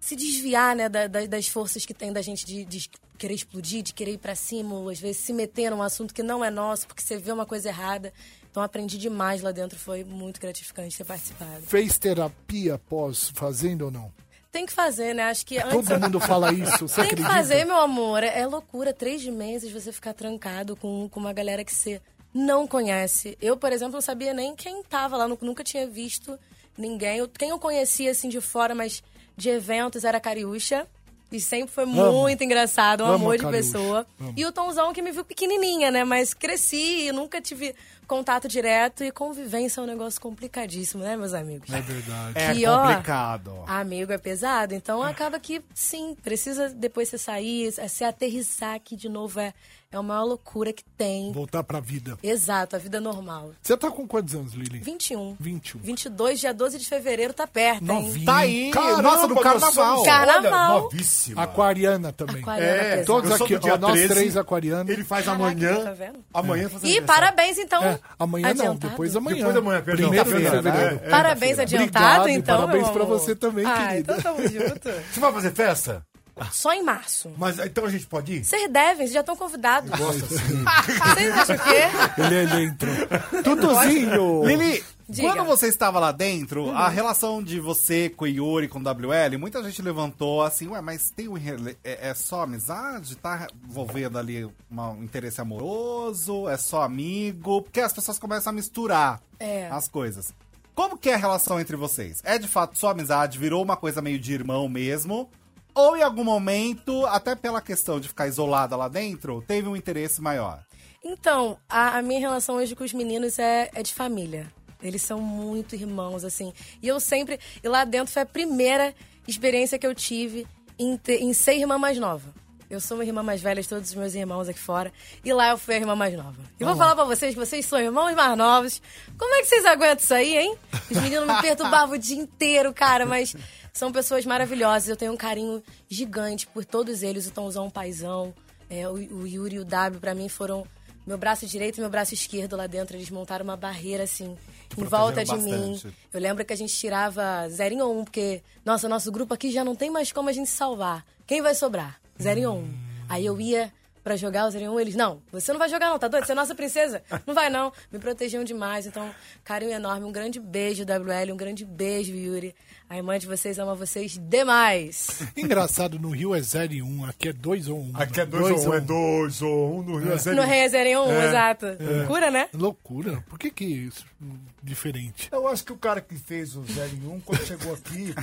Speaker 12: se desviar né, da- da- das forças que tem da gente de, de querer explodir, de querer ir para cima, ou às vezes se meter num assunto que não é nosso, porque você vê uma coisa errada. Então aprendi demais lá dentro, foi muito gratificante ter participado.
Speaker 3: Fez terapia pós fazendo ou não?
Speaker 12: Tem que fazer, né? Acho que antes.
Speaker 3: É, Todo mundo fala isso, você
Speaker 12: Tem que
Speaker 3: acredita?
Speaker 12: fazer, meu amor. É é loucura. Três meses você ficar trancado com, com uma galera que você não conhece. Eu, por exemplo, não sabia nem quem tava lá. nu- Nunca tinha visto ninguém. Eu- Quem eu conhecia, assim, de fora, mas de eventos, era a Cariúcha. E sempre foi muito engraçado, um
Speaker 3: Amo a
Speaker 12: amor de
Speaker 3: Cariúcha.
Speaker 12: pessoa.
Speaker 3: Amo.
Speaker 12: E o Tomzão que me viu pequenininha, né? Mas cresci e nunca tive contato direto. E convivência é um negócio complicadíssimo, né, meus amigos? É verdade.
Speaker 4: É
Speaker 12: ó,
Speaker 4: complicado.
Speaker 12: Amigo é pesado, então acaba que sim, precisa depois você sair, é, se aterrissar aqui de novo é, é a maior loucura que tem.
Speaker 3: Voltar pra vida.
Speaker 12: Exato, a vida normal.
Speaker 3: Você tá com quantos anos, Lili?
Speaker 12: 21.
Speaker 3: 21.
Speaker 12: 22, dia 12 de fevereiro, tá perto, hein?
Speaker 3: Novinha.
Speaker 4: Tá aí,
Speaker 9: Caramba,
Speaker 4: nossa, do
Speaker 9: meu
Speaker 4: carnaval.
Speaker 9: sonho.
Speaker 12: Carnaval.
Speaker 9: um Olha, novíssima.
Speaker 3: Aquariana também.
Speaker 12: Aquariana
Speaker 9: É,
Speaker 12: pesada.
Speaker 3: Todos
Speaker 9: Eu sou
Speaker 3: aqui,
Speaker 9: do dia
Speaker 3: ó, nós
Speaker 9: 13.
Speaker 3: três aquarianos.
Speaker 9: Ele faz
Speaker 12: Caraca,
Speaker 9: amanhã.
Speaker 12: tá vendo?
Speaker 9: Amanhã faz
Speaker 12: E
Speaker 9: aniversário.
Speaker 12: parabéns, então.
Speaker 3: É, amanhã
Speaker 12: adiantado.
Speaker 3: não, depois amanhã.
Speaker 9: Depois da manhã, perdão.
Speaker 3: Primeiro de
Speaker 9: Quinta-feira,
Speaker 3: fevereiro.
Speaker 9: né? É,
Speaker 12: Parabéns adiantado,
Speaker 3: Obrigado, e
Speaker 12: então.
Speaker 3: parabéns
Speaker 12: meu
Speaker 3: pra
Speaker 12: amor.
Speaker 3: você também,
Speaker 12: ah,
Speaker 3: querida.
Speaker 12: Então tamo junto.
Speaker 9: Você vai fazer festa?
Speaker 12: Só em março.
Speaker 9: Mas então a gente pode ir?
Speaker 12: Vocês devem, vocês já estão convidados. Vocês acham o quê?
Speaker 3: Ele, ele entrou. Tutuzinho!
Speaker 4: Lili,
Speaker 12: Diga.
Speaker 4: quando você estava lá dentro, a relação de você com o Yuri, com o WL, muita gente levantou assim, ué, mas tem um, rele- é, é só amizade? Tá envolvendo ali uma- um interesse amoroso? É só amigo? Porque as pessoas começam a misturar
Speaker 12: É.
Speaker 4: as coisas. Como que é a relação entre vocês? É de fato só amizade? Virou uma coisa meio de irmão mesmo? Ou em algum momento, até pela questão de ficar isolada lá dentro, teve um interesse maior?
Speaker 12: Então, a, a minha relação hoje com os meninos é, é de família. Eles são muito irmãos, assim. E eu sempre. E lá dentro foi a primeira experiência que eu tive em, ter- em ser irmã mais nova. Eu sou uma irmã mais velha de todos os meus irmãos aqui fora. E lá eu fui a irmã mais nova. E vou falar pra vocês que vocês são irmãos mais novos. Como é que vocês aguentam isso aí, hein? Os meninos me perturbavam o dia inteiro, cara, mas são pessoas maravilhosas. Eu tenho um carinho gigante por todos eles. O Tomzão, o Paizão, é, o, o Yuri e o W, pra mim, foram meu braço direito e meu braço esquerdo lá dentro. Eles montaram uma barreira, assim, em volta de
Speaker 4: bastante.
Speaker 12: mim. Eu lembro que a gente tirava zerinho ou um, porque, nossa, nosso grupo aqui já não tem mais como a gente salvar. Quem vai sobrar? Zerinho ou um. Aí eu ia pra jogar o zerinho ou um, eles, não, você não vai jogar não, tá doido? Você é nossa princesa? Não vai não. Me protegiam demais, então, carinho enorme. Um grande beijo, WL, um grande beijo, Yuri. A irmã de vocês ama vocês demais.
Speaker 3: Engraçado, no Rio é 0 e 1, um, aqui é 2 ou 1. Um,
Speaker 9: Aqui é
Speaker 3: né?
Speaker 9: 2
Speaker 3: Dois
Speaker 9: ou 1,
Speaker 3: a
Speaker 9: é
Speaker 3: um.
Speaker 9: 2 ou 1 no Rio é zero.
Speaker 12: No Rei é zerinho ou um, exato. Loucura, né?
Speaker 3: Loucura. Por que que isso é diferente?
Speaker 10: Eu acho que o cara que fez o 0 em 1, quando chegou aqui,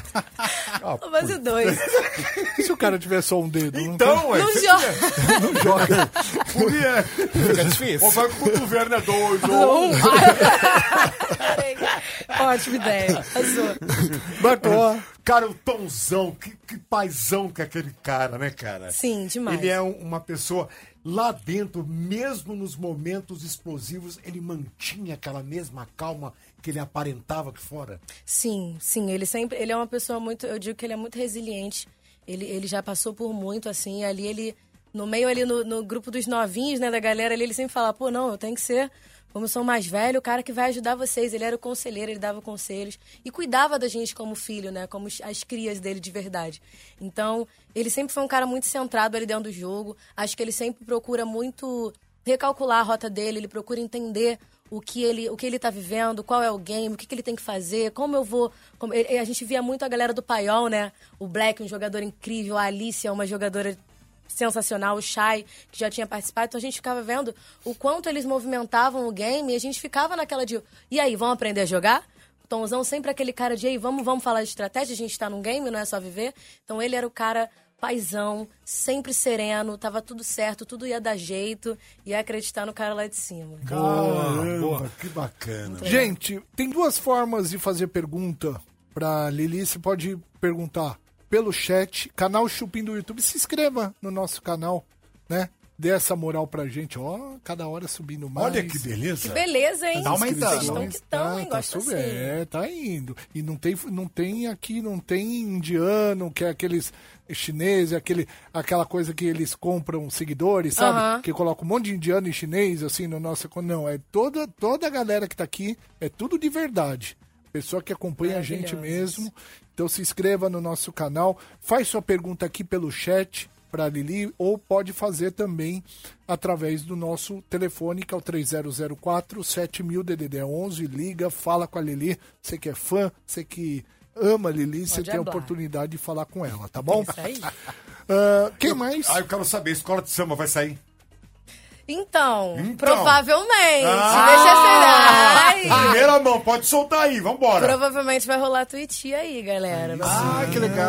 Speaker 12: Vou fazer dois.
Speaker 3: E se o cara tiver só um dedo? Não
Speaker 9: Então, é.
Speaker 12: Não joga.
Speaker 9: Por é.
Speaker 4: Fica difícil.
Speaker 9: Ou vai com o cotovelo, né? 2 ou 1.
Speaker 12: Ótima ideia. Arrasou.
Speaker 3: Bartô.
Speaker 9: Cara, o Tomzão, que, que paizão que é aquele cara, né, cara?
Speaker 12: Sim, demais.
Speaker 9: Ele é um- uma pessoa. Lá dentro, mesmo nos momentos explosivos, ele mantinha aquela mesma calma que ele aparentava aqui fora.
Speaker 12: Sim, sim. Ele sempre. Ele é uma pessoa muito. Eu digo que ele é muito resiliente. Ele, ele já passou por muito, assim. Ali ele. No meio ali, no, no grupo dos novinhos, né, da galera ali, ele sempre fala, pô, não, eu tenho que ser. Como eu sou mais velho, o cara que vai ajudar vocês. Ele era o conselheiro, ele dava conselhos. E cuidava da gente como filho, né? Como os- as crias dele de verdade. Então, ele sempre foi um cara muito centrado ali dentro do jogo. Acho que ele sempre procura muito recalcular a rota dele, ele procura entender o que ele o que ele tá vivendo, qual é o game, o que, que ele tem que fazer, como eu vou. como- ele- a gente via muito a galera do paiol, né? O Black, um jogador incrível, a Alice é uma jogadora sensacional, o Shai, que já tinha participado. Então a gente ficava vendo o quanto eles movimentavam o game e a gente ficava naquela de. E aí, vão aprender a jogar? O Tomzão sempre aquele cara de, ei, vamos, vamos falar de estratégia, a gente tá num game, não é só viver. Então ele era o cara paisão, sempre sereno, tava tudo certo, tudo ia dar jeito, e ia acreditar no cara lá de cima. Então,
Speaker 10: Caramba, que bacana.
Speaker 3: Gente, tem duas formas de fazer pergunta pra Lili. Você pode perguntar pelo chat, canal Chupim do YouTube. Se inscreva no nosso canal, né? Dê essa moral pra gente. Ó, cada hora subindo mais.
Speaker 10: Olha que beleza.
Speaker 12: Que beleza, hein?
Speaker 4: Dá uma
Speaker 12: Vocês
Speaker 4: então.
Speaker 12: estão que estão, hein?
Speaker 3: tá,
Speaker 12: Gosto
Speaker 3: subindo,
Speaker 12: assim.
Speaker 3: é, tá indo. E não tem, não tem aqui, não tem indiano, que é aqueles chineses, aquele, aquela coisa que eles compram seguidores, sabe?
Speaker 12: Aham.
Speaker 3: Que coloca um monte de indiano e chinês, assim, no nosso... Não, é toda, toda a galera que tá aqui, é tudo de verdade. Pessoa que acompanha a gente mesmo. Então se inscreva no nosso canal, faz sua pergunta aqui pelo chat para Lili ou pode fazer também através do nosso telefone que é o 3004 7000 DDD 11, liga, fala com a Lili, você que é fã, você que ama a Lili, você tem a
Speaker 12: hablar.
Speaker 3: oportunidade de falar com ela, tá bom?
Speaker 12: É Isso aí.
Speaker 3: Ah, quem mais?
Speaker 9: Ah, eu quero saber, escola de samba vai sair?
Speaker 12: Então,
Speaker 9: Então.
Speaker 12: provavelmente. Deixa eu esperar. Ai,
Speaker 9: Ah. Primeira mão, pode soltar aí, vambora.
Speaker 12: Provavelmente vai rolar Twitch aí, galera.
Speaker 9: Ah, que legal.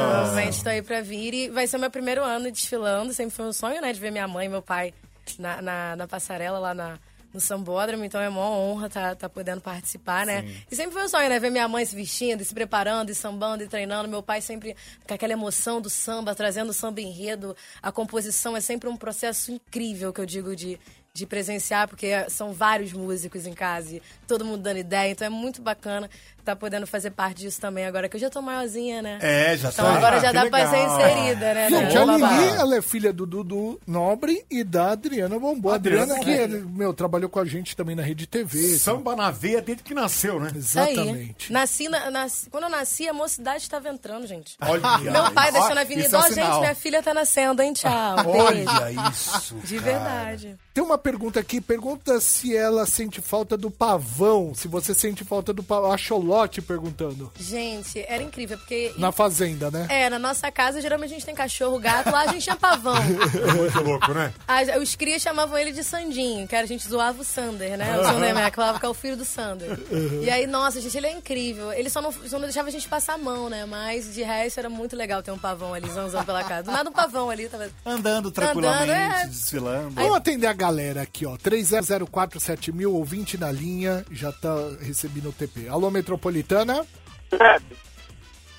Speaker 12: Provavelmente tô aí pra vir e vai ser meu primeiro ano desfilando. Sempre foi um sonho, né, de ver minha mãe e meu pai na, na, na passarela lá na, no Sambódromo. Então é uma honra tá, tá podendo participar, né? E sempre foi um sonho, né, ver minha mãe se vestindo, e se preparando, e sambando, e treinando. Meu pai sempre com aquela emoção do samba, trazendo o samba enredo. A composição é sempre um processo incrível, que eu digo, de... De presenciar, porque são vários músicos em casa e todo mundo dando ideia, então é muito bacana tá podendo fazer parte disso também agora, que eu já tô maiorzinha, né?
Speaker 9: É, já
Speaker 12: Então
Speaker 9: tá.
Speaker 12: agora
Speaker 9: Ah,
Speaker 12: já
Speaker 9: que
Speaker 12: dá pra ser
Speaker 9: legal.
Speaker 12: inserida, né?
Speaker 3: Gente,
Speaker 12: Não,
Speaker 9: um
Speaker 3: a
Speaker 12: babá.
Speaker 3: Lili, ela é filha do Dudu Nobre e da Adriana Bombô. A Adriana, que, é, meu, trabalhou com a gente também na Rede TV.
Speaker 9: Samba na veia desde que nasceu, né?
Speaker 12: Isso aí.
Speaker 3: Exatamente.
Speaker 12: Nasci, na- nasci- quando eu nasci, a mocidade estava entrando, gente.
Speaker 9: Olha
Speaker 12: Meu pai
Speaker 9: Ah, isso.
Speaker 12: deixou na avenida,
Speaker 9: Isso é
Speaker 12: ó, gente,
Speaker 9: sinal.
Speaker 12: minha filha tá nascendo, hein? Tchau. beijo.
Speaker 9: Olha isso.
Speaker 12: De
Speaker 9: cara.
Speaker 12: verdade.
Speaker 3: Tem uma pergunta aqui, pergunta se ela sente falta do pavão, se você sente falta do pavão. A Xolote perguntando.
Speaker 12: Gente, era incrível, porque.
Speaker 3: Na fazenda, né?
Speaker 12: É, na nossa casa, geralmente a gente tem cachorro, gato, lá a gente chama pavão.
Speaker 4: é
Speaker 9: Muito louco, né?
Speaker 12: A- Ah, os crias chamavam ele de Sandinho, que era- a gente zoava o Sander, né? O Sander Mac, falava que é o filho do Sander.
Speaker 3: Uhum.
Speaker 12: E aí, nossa, gente, ele é incrível. Ele só não, só não deixava a gente passar a mão, né? Mas de resto era muito legal ter um pavão ali zanzando pela casa. Do nada um pavão ali, tava.
Speaker 4: Andando tranquilamente,
Speaker 12: é.
Speaker 4: desfilando.
Speaker 3: Vamos atender a galera aqui, ó. 30047000, ouvinte na linha, já tá recebendo o TP. Alô, Metropolitana?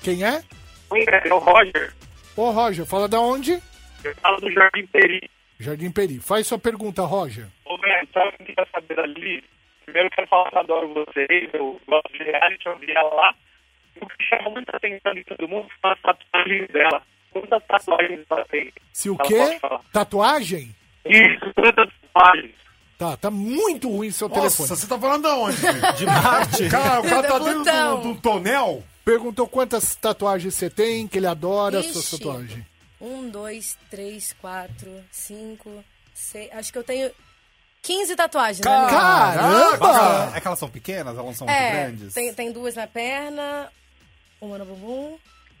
Speaker 3: Quem é?
Speaker 13: É o Roger.
Speaker 3: Ô, Roger, fala da onde?
Speaker 13: Eu falo do Jardim Peri.
Speaker 3: Jardim Peri. Faz sua pergunta, Roger.
Speaker 13: Ô, Beto, sabe o que eu quero saber da Lili? Primeiro, eu quero falar que eu adoro vocês. Eu gosto de reality, eu vi ela lá. O que chama muita atenção de todo mundo são as tatuagens dela. Quantas tatuagens ela tem?
Speaker 3: Se o
Speaker 13: Ela
Speaker 3: quê?
Speaker 13: pode falar.
Speaker 3: Tatuagem?
Speaker 13: Isso, quantas tatuagens?
Speaker 3: Tá, tá muito ruim seu
Speaker 9: Nossa,
Speaker 3: telefone.
Speaker 9: você tá falando de onde? De Marte. Cara, o cara tá dentro
Speaker 12: Botão.
Speaker 9: de um tonel.
Speaker 3: Perguntou quantas tatuagens você tem, que ele adora as suas
Speaker 12: Ixi.
Speaker 3: tatuagens.
Speaker 12: Um, dois, três, quatro, cinco, seis. Acho que eu tenho 15 tatuagens, né, amigo?
Speaker 3: Caramba!
Speaker 4: É que elas são pequenas, elas não são muito
Speaker 12: É,
Speaker 4: grandes.
Speaker 12: tem, tem duas na perna, uma no bumbum,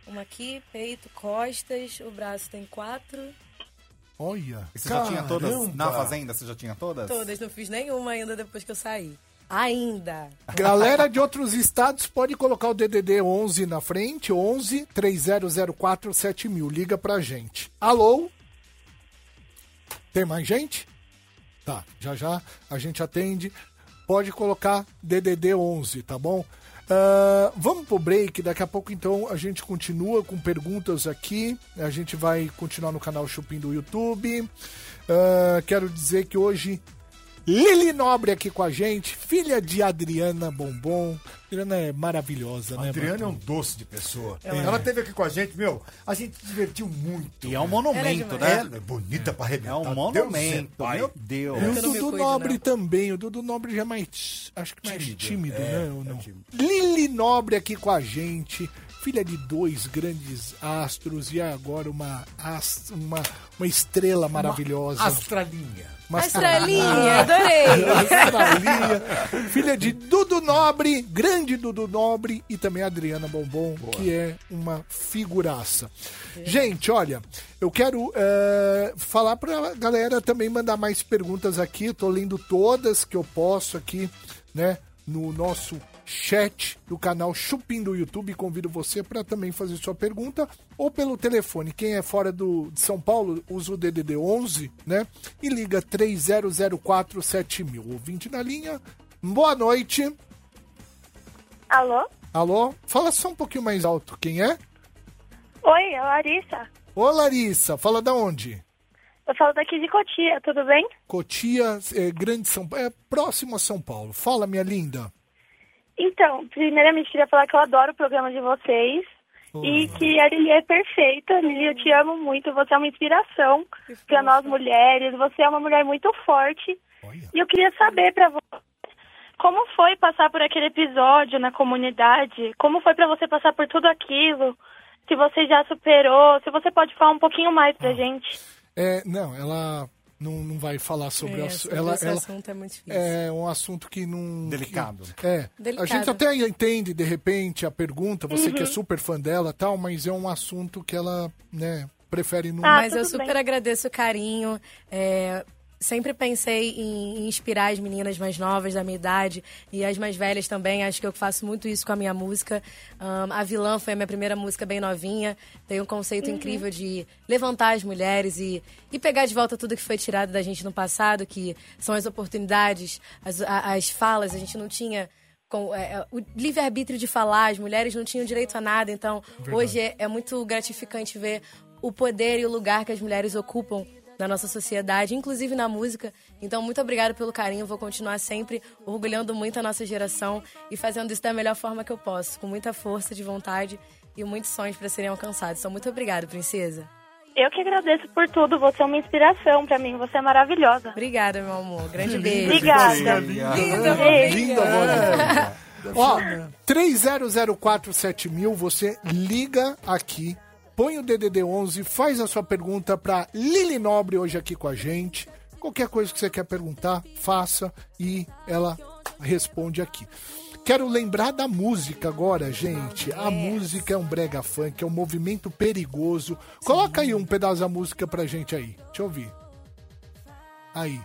Speaker 12: uma aqui, peito, costas, o braço tem quatro.
Speaker 3: Olha.
Speaker 4: E Você já tinha todas? Na fazenda, você já tinha todas?
Speaker 12: Todas, não fiz nenhuma ainda depois que eu saí. Ainda.
Speaker 3: Tá Galera de outros estados pode colocar o DDD 11 na frente, 11 3004 7000. Liga pra gente. Alô? Tem mais gente? Tá, já já a gente atende. Pode colocar DDD 11, tá bom? Ah, vamos pro break, daqui a pouco então a gente continua com perguntas aqui. A gente vai continuar no canal Chupim do YouTube. Ah, quero dizer que hoje Lili Nobre aqui com a gente, filha de Adriana Bombom. Adriana é maravilhosa, né?
Speaker 9: Adriana é
Speaker 3: Bartô?
Speaker 9: um doce de pessoa.
Speaker 12: É
Speaker 9: Ela esteve aqui com a gente, meu. A gente se divertiu muito.
Speaker 4: E é um monumento, né?
Speaker 9: Ela é bonita pra
Speaker 4: É
Speaker 9: arrebentar.
Speaker 4: um
Speaker 9: Deus é
Speaker 4: monumento.
Speaker 9: pai.
Speaker 4: Meu Deus.
Speaker 3: E o
Speaker 12: Eu não me
Speaker 3: Dudu
Speaker 12: cuido,
Speaker 3: Nobre
Speaker 12: não.
Speaker 3: também. O Dudu Nobre já é mais, acho que mais tímido,
Speaker 9: é,
Speaker 12: tá
Speaker 3: né? Ou
Speaker 9: é
Speaker 3: não?
Speaker 9: tímido.
Speaker 3: Lili Nobre aqui com a gente. filha de dois grandes astros e agora uma, ast- uma, uma estrela maravilhosa.
Speaker 9: astralinha.
Speaker 3: Uma
Speaker 12: Astralinha, adorei.
Speaker 3: Astralinha. filha de Dudu Nobre, grande Dudu Nobre e também Adriana Bombom, que é uma figuraça. Gente, olha, eu quero eh, falar pra galera também mandar mais perguntas aqui. Eu tô lendo todas que eu posso aqui, né, no nosso chat do canal Chupim do YouTube. Convido você para também fazer sua pergunta ou pelo telefone. Quem é fora do, de São Paulo usa o DDD 11, né? E liga 30047000. Ouvinte na linha. Boa noite.
Speaker 14: Alô?
Speaker 3: Alô? Fala só um pouquinho mais alto. Quem é?
Speaker 14: Oi, é a Larissa.
Speaker 3: Ô, Larissa. Fala da onde?
Speaker 14: Eu falo daqui de Cotia, tudo bem?
Speaker 3: Cotia, é, Grande São Paulo. É próximo a São Paulo. Fala, minha linda.
Speaker 14: Então, primeiramente, queria falar que eu adoro o programa de vocês. E que a Lili é perfeita, Lili, eu te amo muito, você é uma inspiração para é nós mulheres, você é uma mulher muito forte. E eu queria saber para você, como foi passar por aquele episódio na comunidade? Como foi para você passar por tudo aquilo? Se você já superou, se você pode falar um pouquinho mais pra gente.
Speaker 3: É, não, ela não, não vai falar sobre
Speaker 12: É,
Speaker 3: o assunto.
Speaker 12: sobre
Speaker 3: Ela,
Speaker 12: esse
Speaker 3: ela-
Speaker 12: assunto é muito difícil.
Speaker 3: É um assunto que não.
Speaker 4: Delicado.
Speaker 3: que- é.
Speaker 12: Delicado.
Speaker 3: A gente até entende, de repente, a pergunta, você que é
Speaker 12: Uhum.
Speaker 3: super fã dela tal, mas é um assunto que ela, né, prefere não.
Speaker 12: Mas eu super agradeço o carinho. é, sempre pensei em, em inspirar as meninas mais novas da minha idade e as mais velhas também. Acho que eu faço muito isso com a minha música. Ahn, a Vilã foi a minha primeira música bem novinha. Tem um conceito
Speaker 15: Uhum.
Speaker 12: incrível de levantar as mulheres e, e pegar de volta tudo que foi tirado da gente no passado, que são as oportunidades, as, a- as falas. A gente não tinha com, é, é, o livre-arbítrio de falar, as mulheres não tinham direito a nada, então
Speaker 15: Verdade.
Speaker 12: hoje é, é muito gratificante ver o poder e o lugar que as mulheres ocupam na nossa sociedade, inclusive na música. Então, muito obrigada pelo carinho, vou continuar sempre orgulhando muito a nossa geração e fazendo isso da melhor forma que eu posso, com muita força de vontade e muitos sonhos para serem alcançados. Então, muito obrigada, princesa.
Speaker 14: Eu que agradeço por tudo, você é uma inspiração para mim, você é maravilhosa.
Speaker 12: Obrigada, meu amor. Grande beijo.
Speaker 14: Obrigada.
Speaker 12: Linda,
Speaker 14: Beijo.
Speaker 12: linda,
Speaker 3: É. Ó, 30047000, você liga aqui, põe o DDD 11, faz a sua pergunta pra Lili Nobre hoje aqui com a gente. Qualquer coisa que você quer perguntar, faça e ela responde aqui. Quero lembrar da música agora, gente. A música é um brega funk, é um movimento perigoso. Coloca aí um pedaço da música pra gente aí. Deixa eu ouvir. Aí.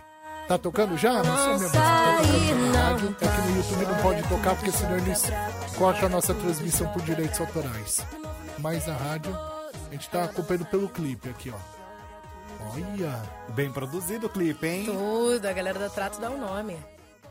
Speaker 3: Tá tocando já? Não sei mesmo. se Tá tocando na rádio. É que no YouTube não pode tocar, porque senão eles cortam a nossa transmissão por direitos autorais. Mas na rádio, a gente tá acompanhando pelo clipe aqui, ó. Olha.
Speaker 4: Bem produzido o clipe, hein?
Speaker 12: Tudo, a galera da Trato dá o nome.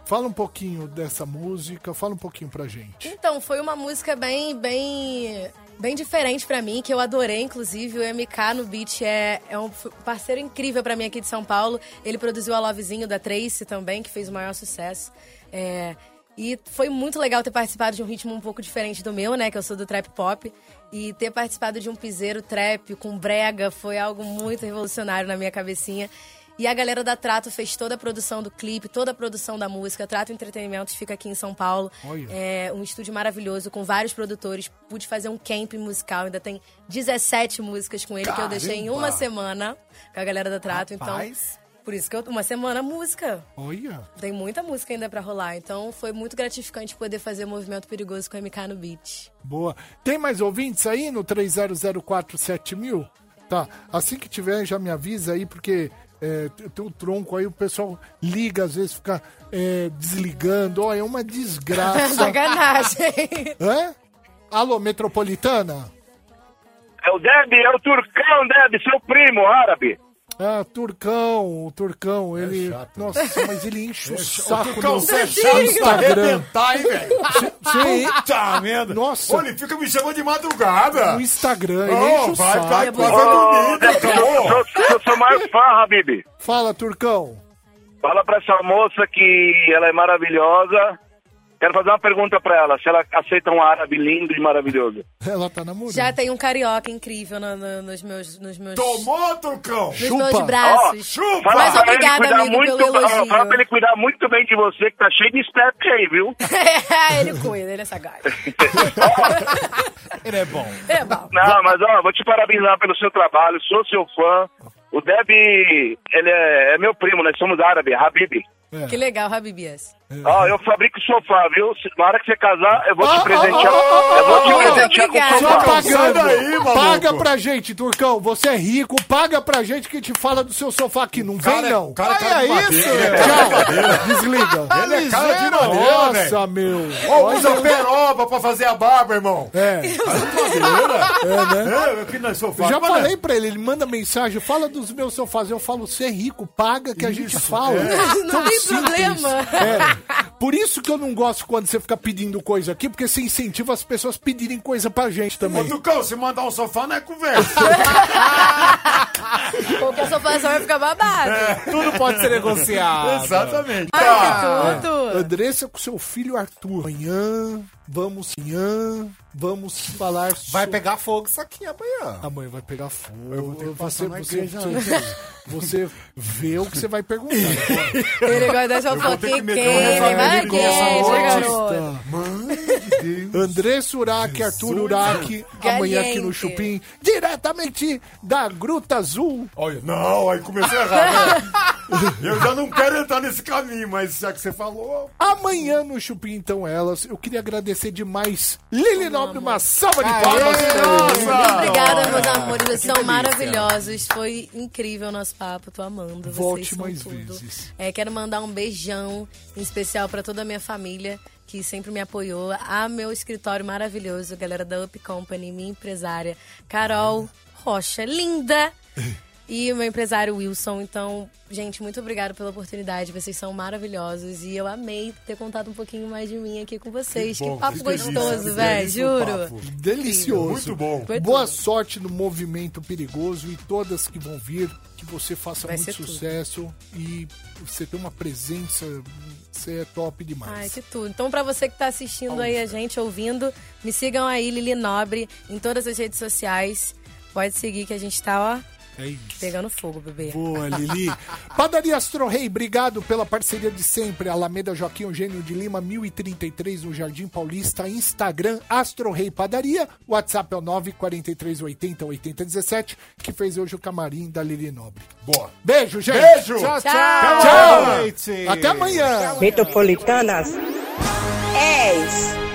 Speaker 3: Fala um pouquinho dessa música, fala um pouquinho pra gente.
Speaker 12: Então, foi uma música bem, bem, bem diferente pra mim, que eu adorei, inclusive. O MK no beat é, é um f- parceiro incrível pra mim aqui de São Paulo. Ele produziu a Lovezinho da Tracy também, que fez o maior sucesso. É, e foi muito legal ter participado de um ritmo um pouco diferente do meu, né? Que eu sou do trap pop. E ter participado de um piseiro trap com brega foi algo muito revolucionário na minha cabecinha. E a galera da Trato fez toda a produção do clipe, toda a produção da música. Trato Entretenimentos fica aqui em São Paulo.
Speaker 15: Olha.
Speaker 12: É um estúdio maravilhoso, com vários produtores. Pude fazer um camp musical, ainda tem 17 músicas com ele que eu deixei em uma
Speaker 15: Caramba!
Speaker 12: semana com a galera da Trato.
Speaker 15: Rapaz.
Speaker 12: Então, por isso que eu. Uma semana música.
Speaker 3: Olha.
Speaker 12: Tem muita música ainda pra rolar. Então foi muito gratificante poder fazer um movimento perigoso com o MK no beat.
Speaker 3: Boa. Tem mais ouvintes aí no 30047000? Tá. Assim que tiver, já me avisa aí, porque é, t- tem um tronco aí, o pessoal liga, às vezes fica é, desligando. Ó, é uma desgraça.
Speaker 12: Sacanagem.
Speaker 3: Hã? Alô, metropolitana?
Speaker 2: É o Deb, é o Turcão, Deb, seu primo árabe.
Speaker 3: Ah, Turcão, o Turcão,
Speaker 2: É
Speaker 3: ele. Nossa, mas ele enche o saco
Speaker 9: o Turcão,
Speaker 3: do
Speaker 9: você é chato pra
Speaker 3: Instagram.
Speaker 9: arrebentar, hein, velho?
Speaker 3: Sim.
Speaker 9: Puta merda.
Speaker 3: Nossa.
Speaker 9: Olha, ele fica me chamando de madrugada.
Speaker 3: No
Speaker 2: Oh,
Speaker 3: Instagram, ele
Speaker 9: Ô,
Speaker 3: enche o
Speaker 9: vai,
Speaker 3: saco.
Speaker 9: vai, vai, vai dormir,
Speaker 2: Eu, eu sou maior fã, Habib.
Speaker 3: Fala, Turcão.
Speaker 2: Fala pra essa moça que ela é maravilhosa Quero fazer uma pergunta pra ela, se ela aceita um árabe lindo e maravilhoso.
Speaker 3: Ela tá namorando.
Speaker 12: Já tem um carioca incrível no- no- nos meus. Nos meus...
Speaker 10: Tomou, Trucão!
Speaker 12: Nos meus braços.
Speaker 2: Ó, chupa! Fala pra
Speaker 12: Mas
Speaker 2: ele
Speaker 12: obrigada,
Speaker 2: cuidar
Speaker 12: amigo,
Speaker 2: muito,
Speaker 12: pelo
Speaker 2: ó,
Speaker 12: elogio.
Speaker 2: Fala pra ele cuidar muito bem de você, que tá cheio de step aí, viu?
Speaker 12: ele cuida, ele é sagaz.
Speaker 4: ele é bom.
Speaker 12: É bom.
Speaker 2: Não, mas ó, vou te parabenizar pelo seu trabalho, sou seu fã. O Deb, ele é, é meu primo, nós somos árabe, Habib.
Speaker 4: É.
Speaker 12: Que legal, Habibias.
Speaker 2: Ó, eu fabrico sofá, viu? Se- Na hora que você casar, eu vou
Speaker 12: Ó,
Speaker 2: te
Speaker 12: ó,
Speaker 3: Oh,
Speaker 2: presentear.
Speaker 12: ó, ó, ó,
Speaker 2: eu vou te
Speaker 12: ó,
Speaker 2: presentear com
Speaker 12: obrigada.
Speaker 2: sofá.
Speaker 3: Pagando.
Speaker 9: maluco.
Speaker 3: Tá paga pra gente, Turcão. Você é rico, paga pra gente que te fala do seu sofá aqui. Não vem,
Speaker 9: Cara, é-
Speaker 3: não.
Speaker 9: cara, cara
Speaker 3: Olha
Speaker 9: de madeira.
Speaker 3: isso,
Speaker 9: Ele é
Speaker 3: meu.
Speaker 9: cara de madeira.
Speaker 3: Tchau. Desliga.
Speaker 9: Ele é cara de madeira,
Speaker 3: Nossa, meu.
Speaker 9: Ó, usa peroba pra fazer a barba, irmão.
Speaker 3: É.
Speaker 9: Madeira?
Speaker 3: É, né?
Speaker 9: É, aqui nós
Speaker 3: Eu
Speaker 9: sofá.
Speaker 3: já
Speaker 9: Mas, né?
Speaker 3: falei pra ele, ele manda mensagem, fala dos meus sofás. Eu falo, você é rico, paga que a gente fala.
Speaker 12: é. Não
Speaker 3: Tão
Speaker 12: tem problema.
Speaker 3: É. Por isso que eu não gosto quando você fica pedindo coisa aqui, porque você incentiva as pessoas a pedirem coisa pra gente também.
Speaker 10: Ô, Tucão, se mandar um sofá, não é conversa.
Speaker 12: Qualquer sofação vai ficar babado.
Speaker 4: Tudo pode ser negociado.
Speaker 10: Exatamente.
Speaker 12: Ai,
Speaker 4: É.
Speaker 3: Tá.
Speaker 12: que tudo.
Speaker 3: Andressa com seu filho Arthur. Amanhã vamos, amanhã vamos falar
Speaker 4: Vai
Speaker 3: sobre-
Speaker 4: pegar fogo isso aqui amanhã.
Speaker 3: A mãe vai pegar fogo. Eu vou ter que
Speaker 10: passar
Speaker 3: você,
Speaker 10: na
Speaker 3: você,
Speaker 10: igreja
Speaker 3: você, você vê o que você vai perguntar. tá
Speaker 12: Ele gosta da fofoquinha quente, vai quente, garoto.
Speaker 3: André Surak, Arthur Uraki, amanhã aqui no
Speaker 12: Caliente.
Speaker 3: Chupim, diretamente da Gruta Azul.
Speaker 9: Olha, não, aí começou errado. né? Eu já não quero entrar nesse caminho, mas já que você falou.
Speaker 3: Amanhã no Chupim, então, elas. Eu queria agradecer demais. Lili Nobre, uma salva de
Speaker 9: Aê,
Speaker 3: palmas.
Speaker 12: Muito obrigada, meus amores. Vocês são maravilhosos. Foi incrível o nosso papo. Tô amando. Vocês
Speaker 3: Volte
Speaker 12: são
Speaker 3: mais
Speaker 12: tudo.
Speaker 3: vezes.
Speaker 12: É, quero mandar um beijão em especial pra toda a minha família que sempre me apoiou. A meu escritório maravilhoso, galera da Up Company, minha empresária Carol Rocha, linda. E o meu empresário Wilson. Então, gente, muito obrigada pela oportunidade. Vocês são maravilhosos. E eu amei ter contado um pouquinho mais de mim aqui com vocês. Que,
Speaker 9: bom,
Speaker 12: papo
Speaker 9: que delícia,
Speaker 12: gostoso,
Speaker 9: que
Speaker 12: velho.
Speaker 9: delícia o
Speaker 12: Juro.
Speaker 9: papo.
Speaker 3: Delicioso.
Speaker 9: Muito bom.
Speaker 12: Foi
Speaker 3: Boa
Speaker 12: tudo.
Speaker 3: sorte no movimento perigoso e todas que vão vir, que você faça
Speaker 12: Vai
Speaker 3: muito
Speaker 12: ser tudo.
Speaker 3: sucesso e você tem uma presença, você é top
Speaker 12: Ai,
Speaker 3: demais.
Speaker 12: que tudo. Então, pra você que tá assistindo aí a gente, ouvindo, me sigam aí, Lili Nobre, em todas as redes sociais. Pode seguir que a gente tá, ó,
Speaker 3: É isso.
Speaker 12: pegando fogo, bebê.
Speaker 3: Boa, Lili. Padaria Astro Rei, obrigado pela parceria de sempre. Alameda Joaquim Eugênio de Lima, 1033, no Jardim Paulista. Instagram, Astro Rei Padaria. WhatsApp é o 943808017, que fez hoje o camarim da Lili Nobre.
Speaker 9: Boa.
Speaker 3: Beijo, gente.
Speaker 9: Beijo.
Speaker 3: Tchau, tchau.
Speaker 12: Tchau.
Speaker 3: Tchau. Até amanhã.
Speaker 15: Metropolitanas, 10.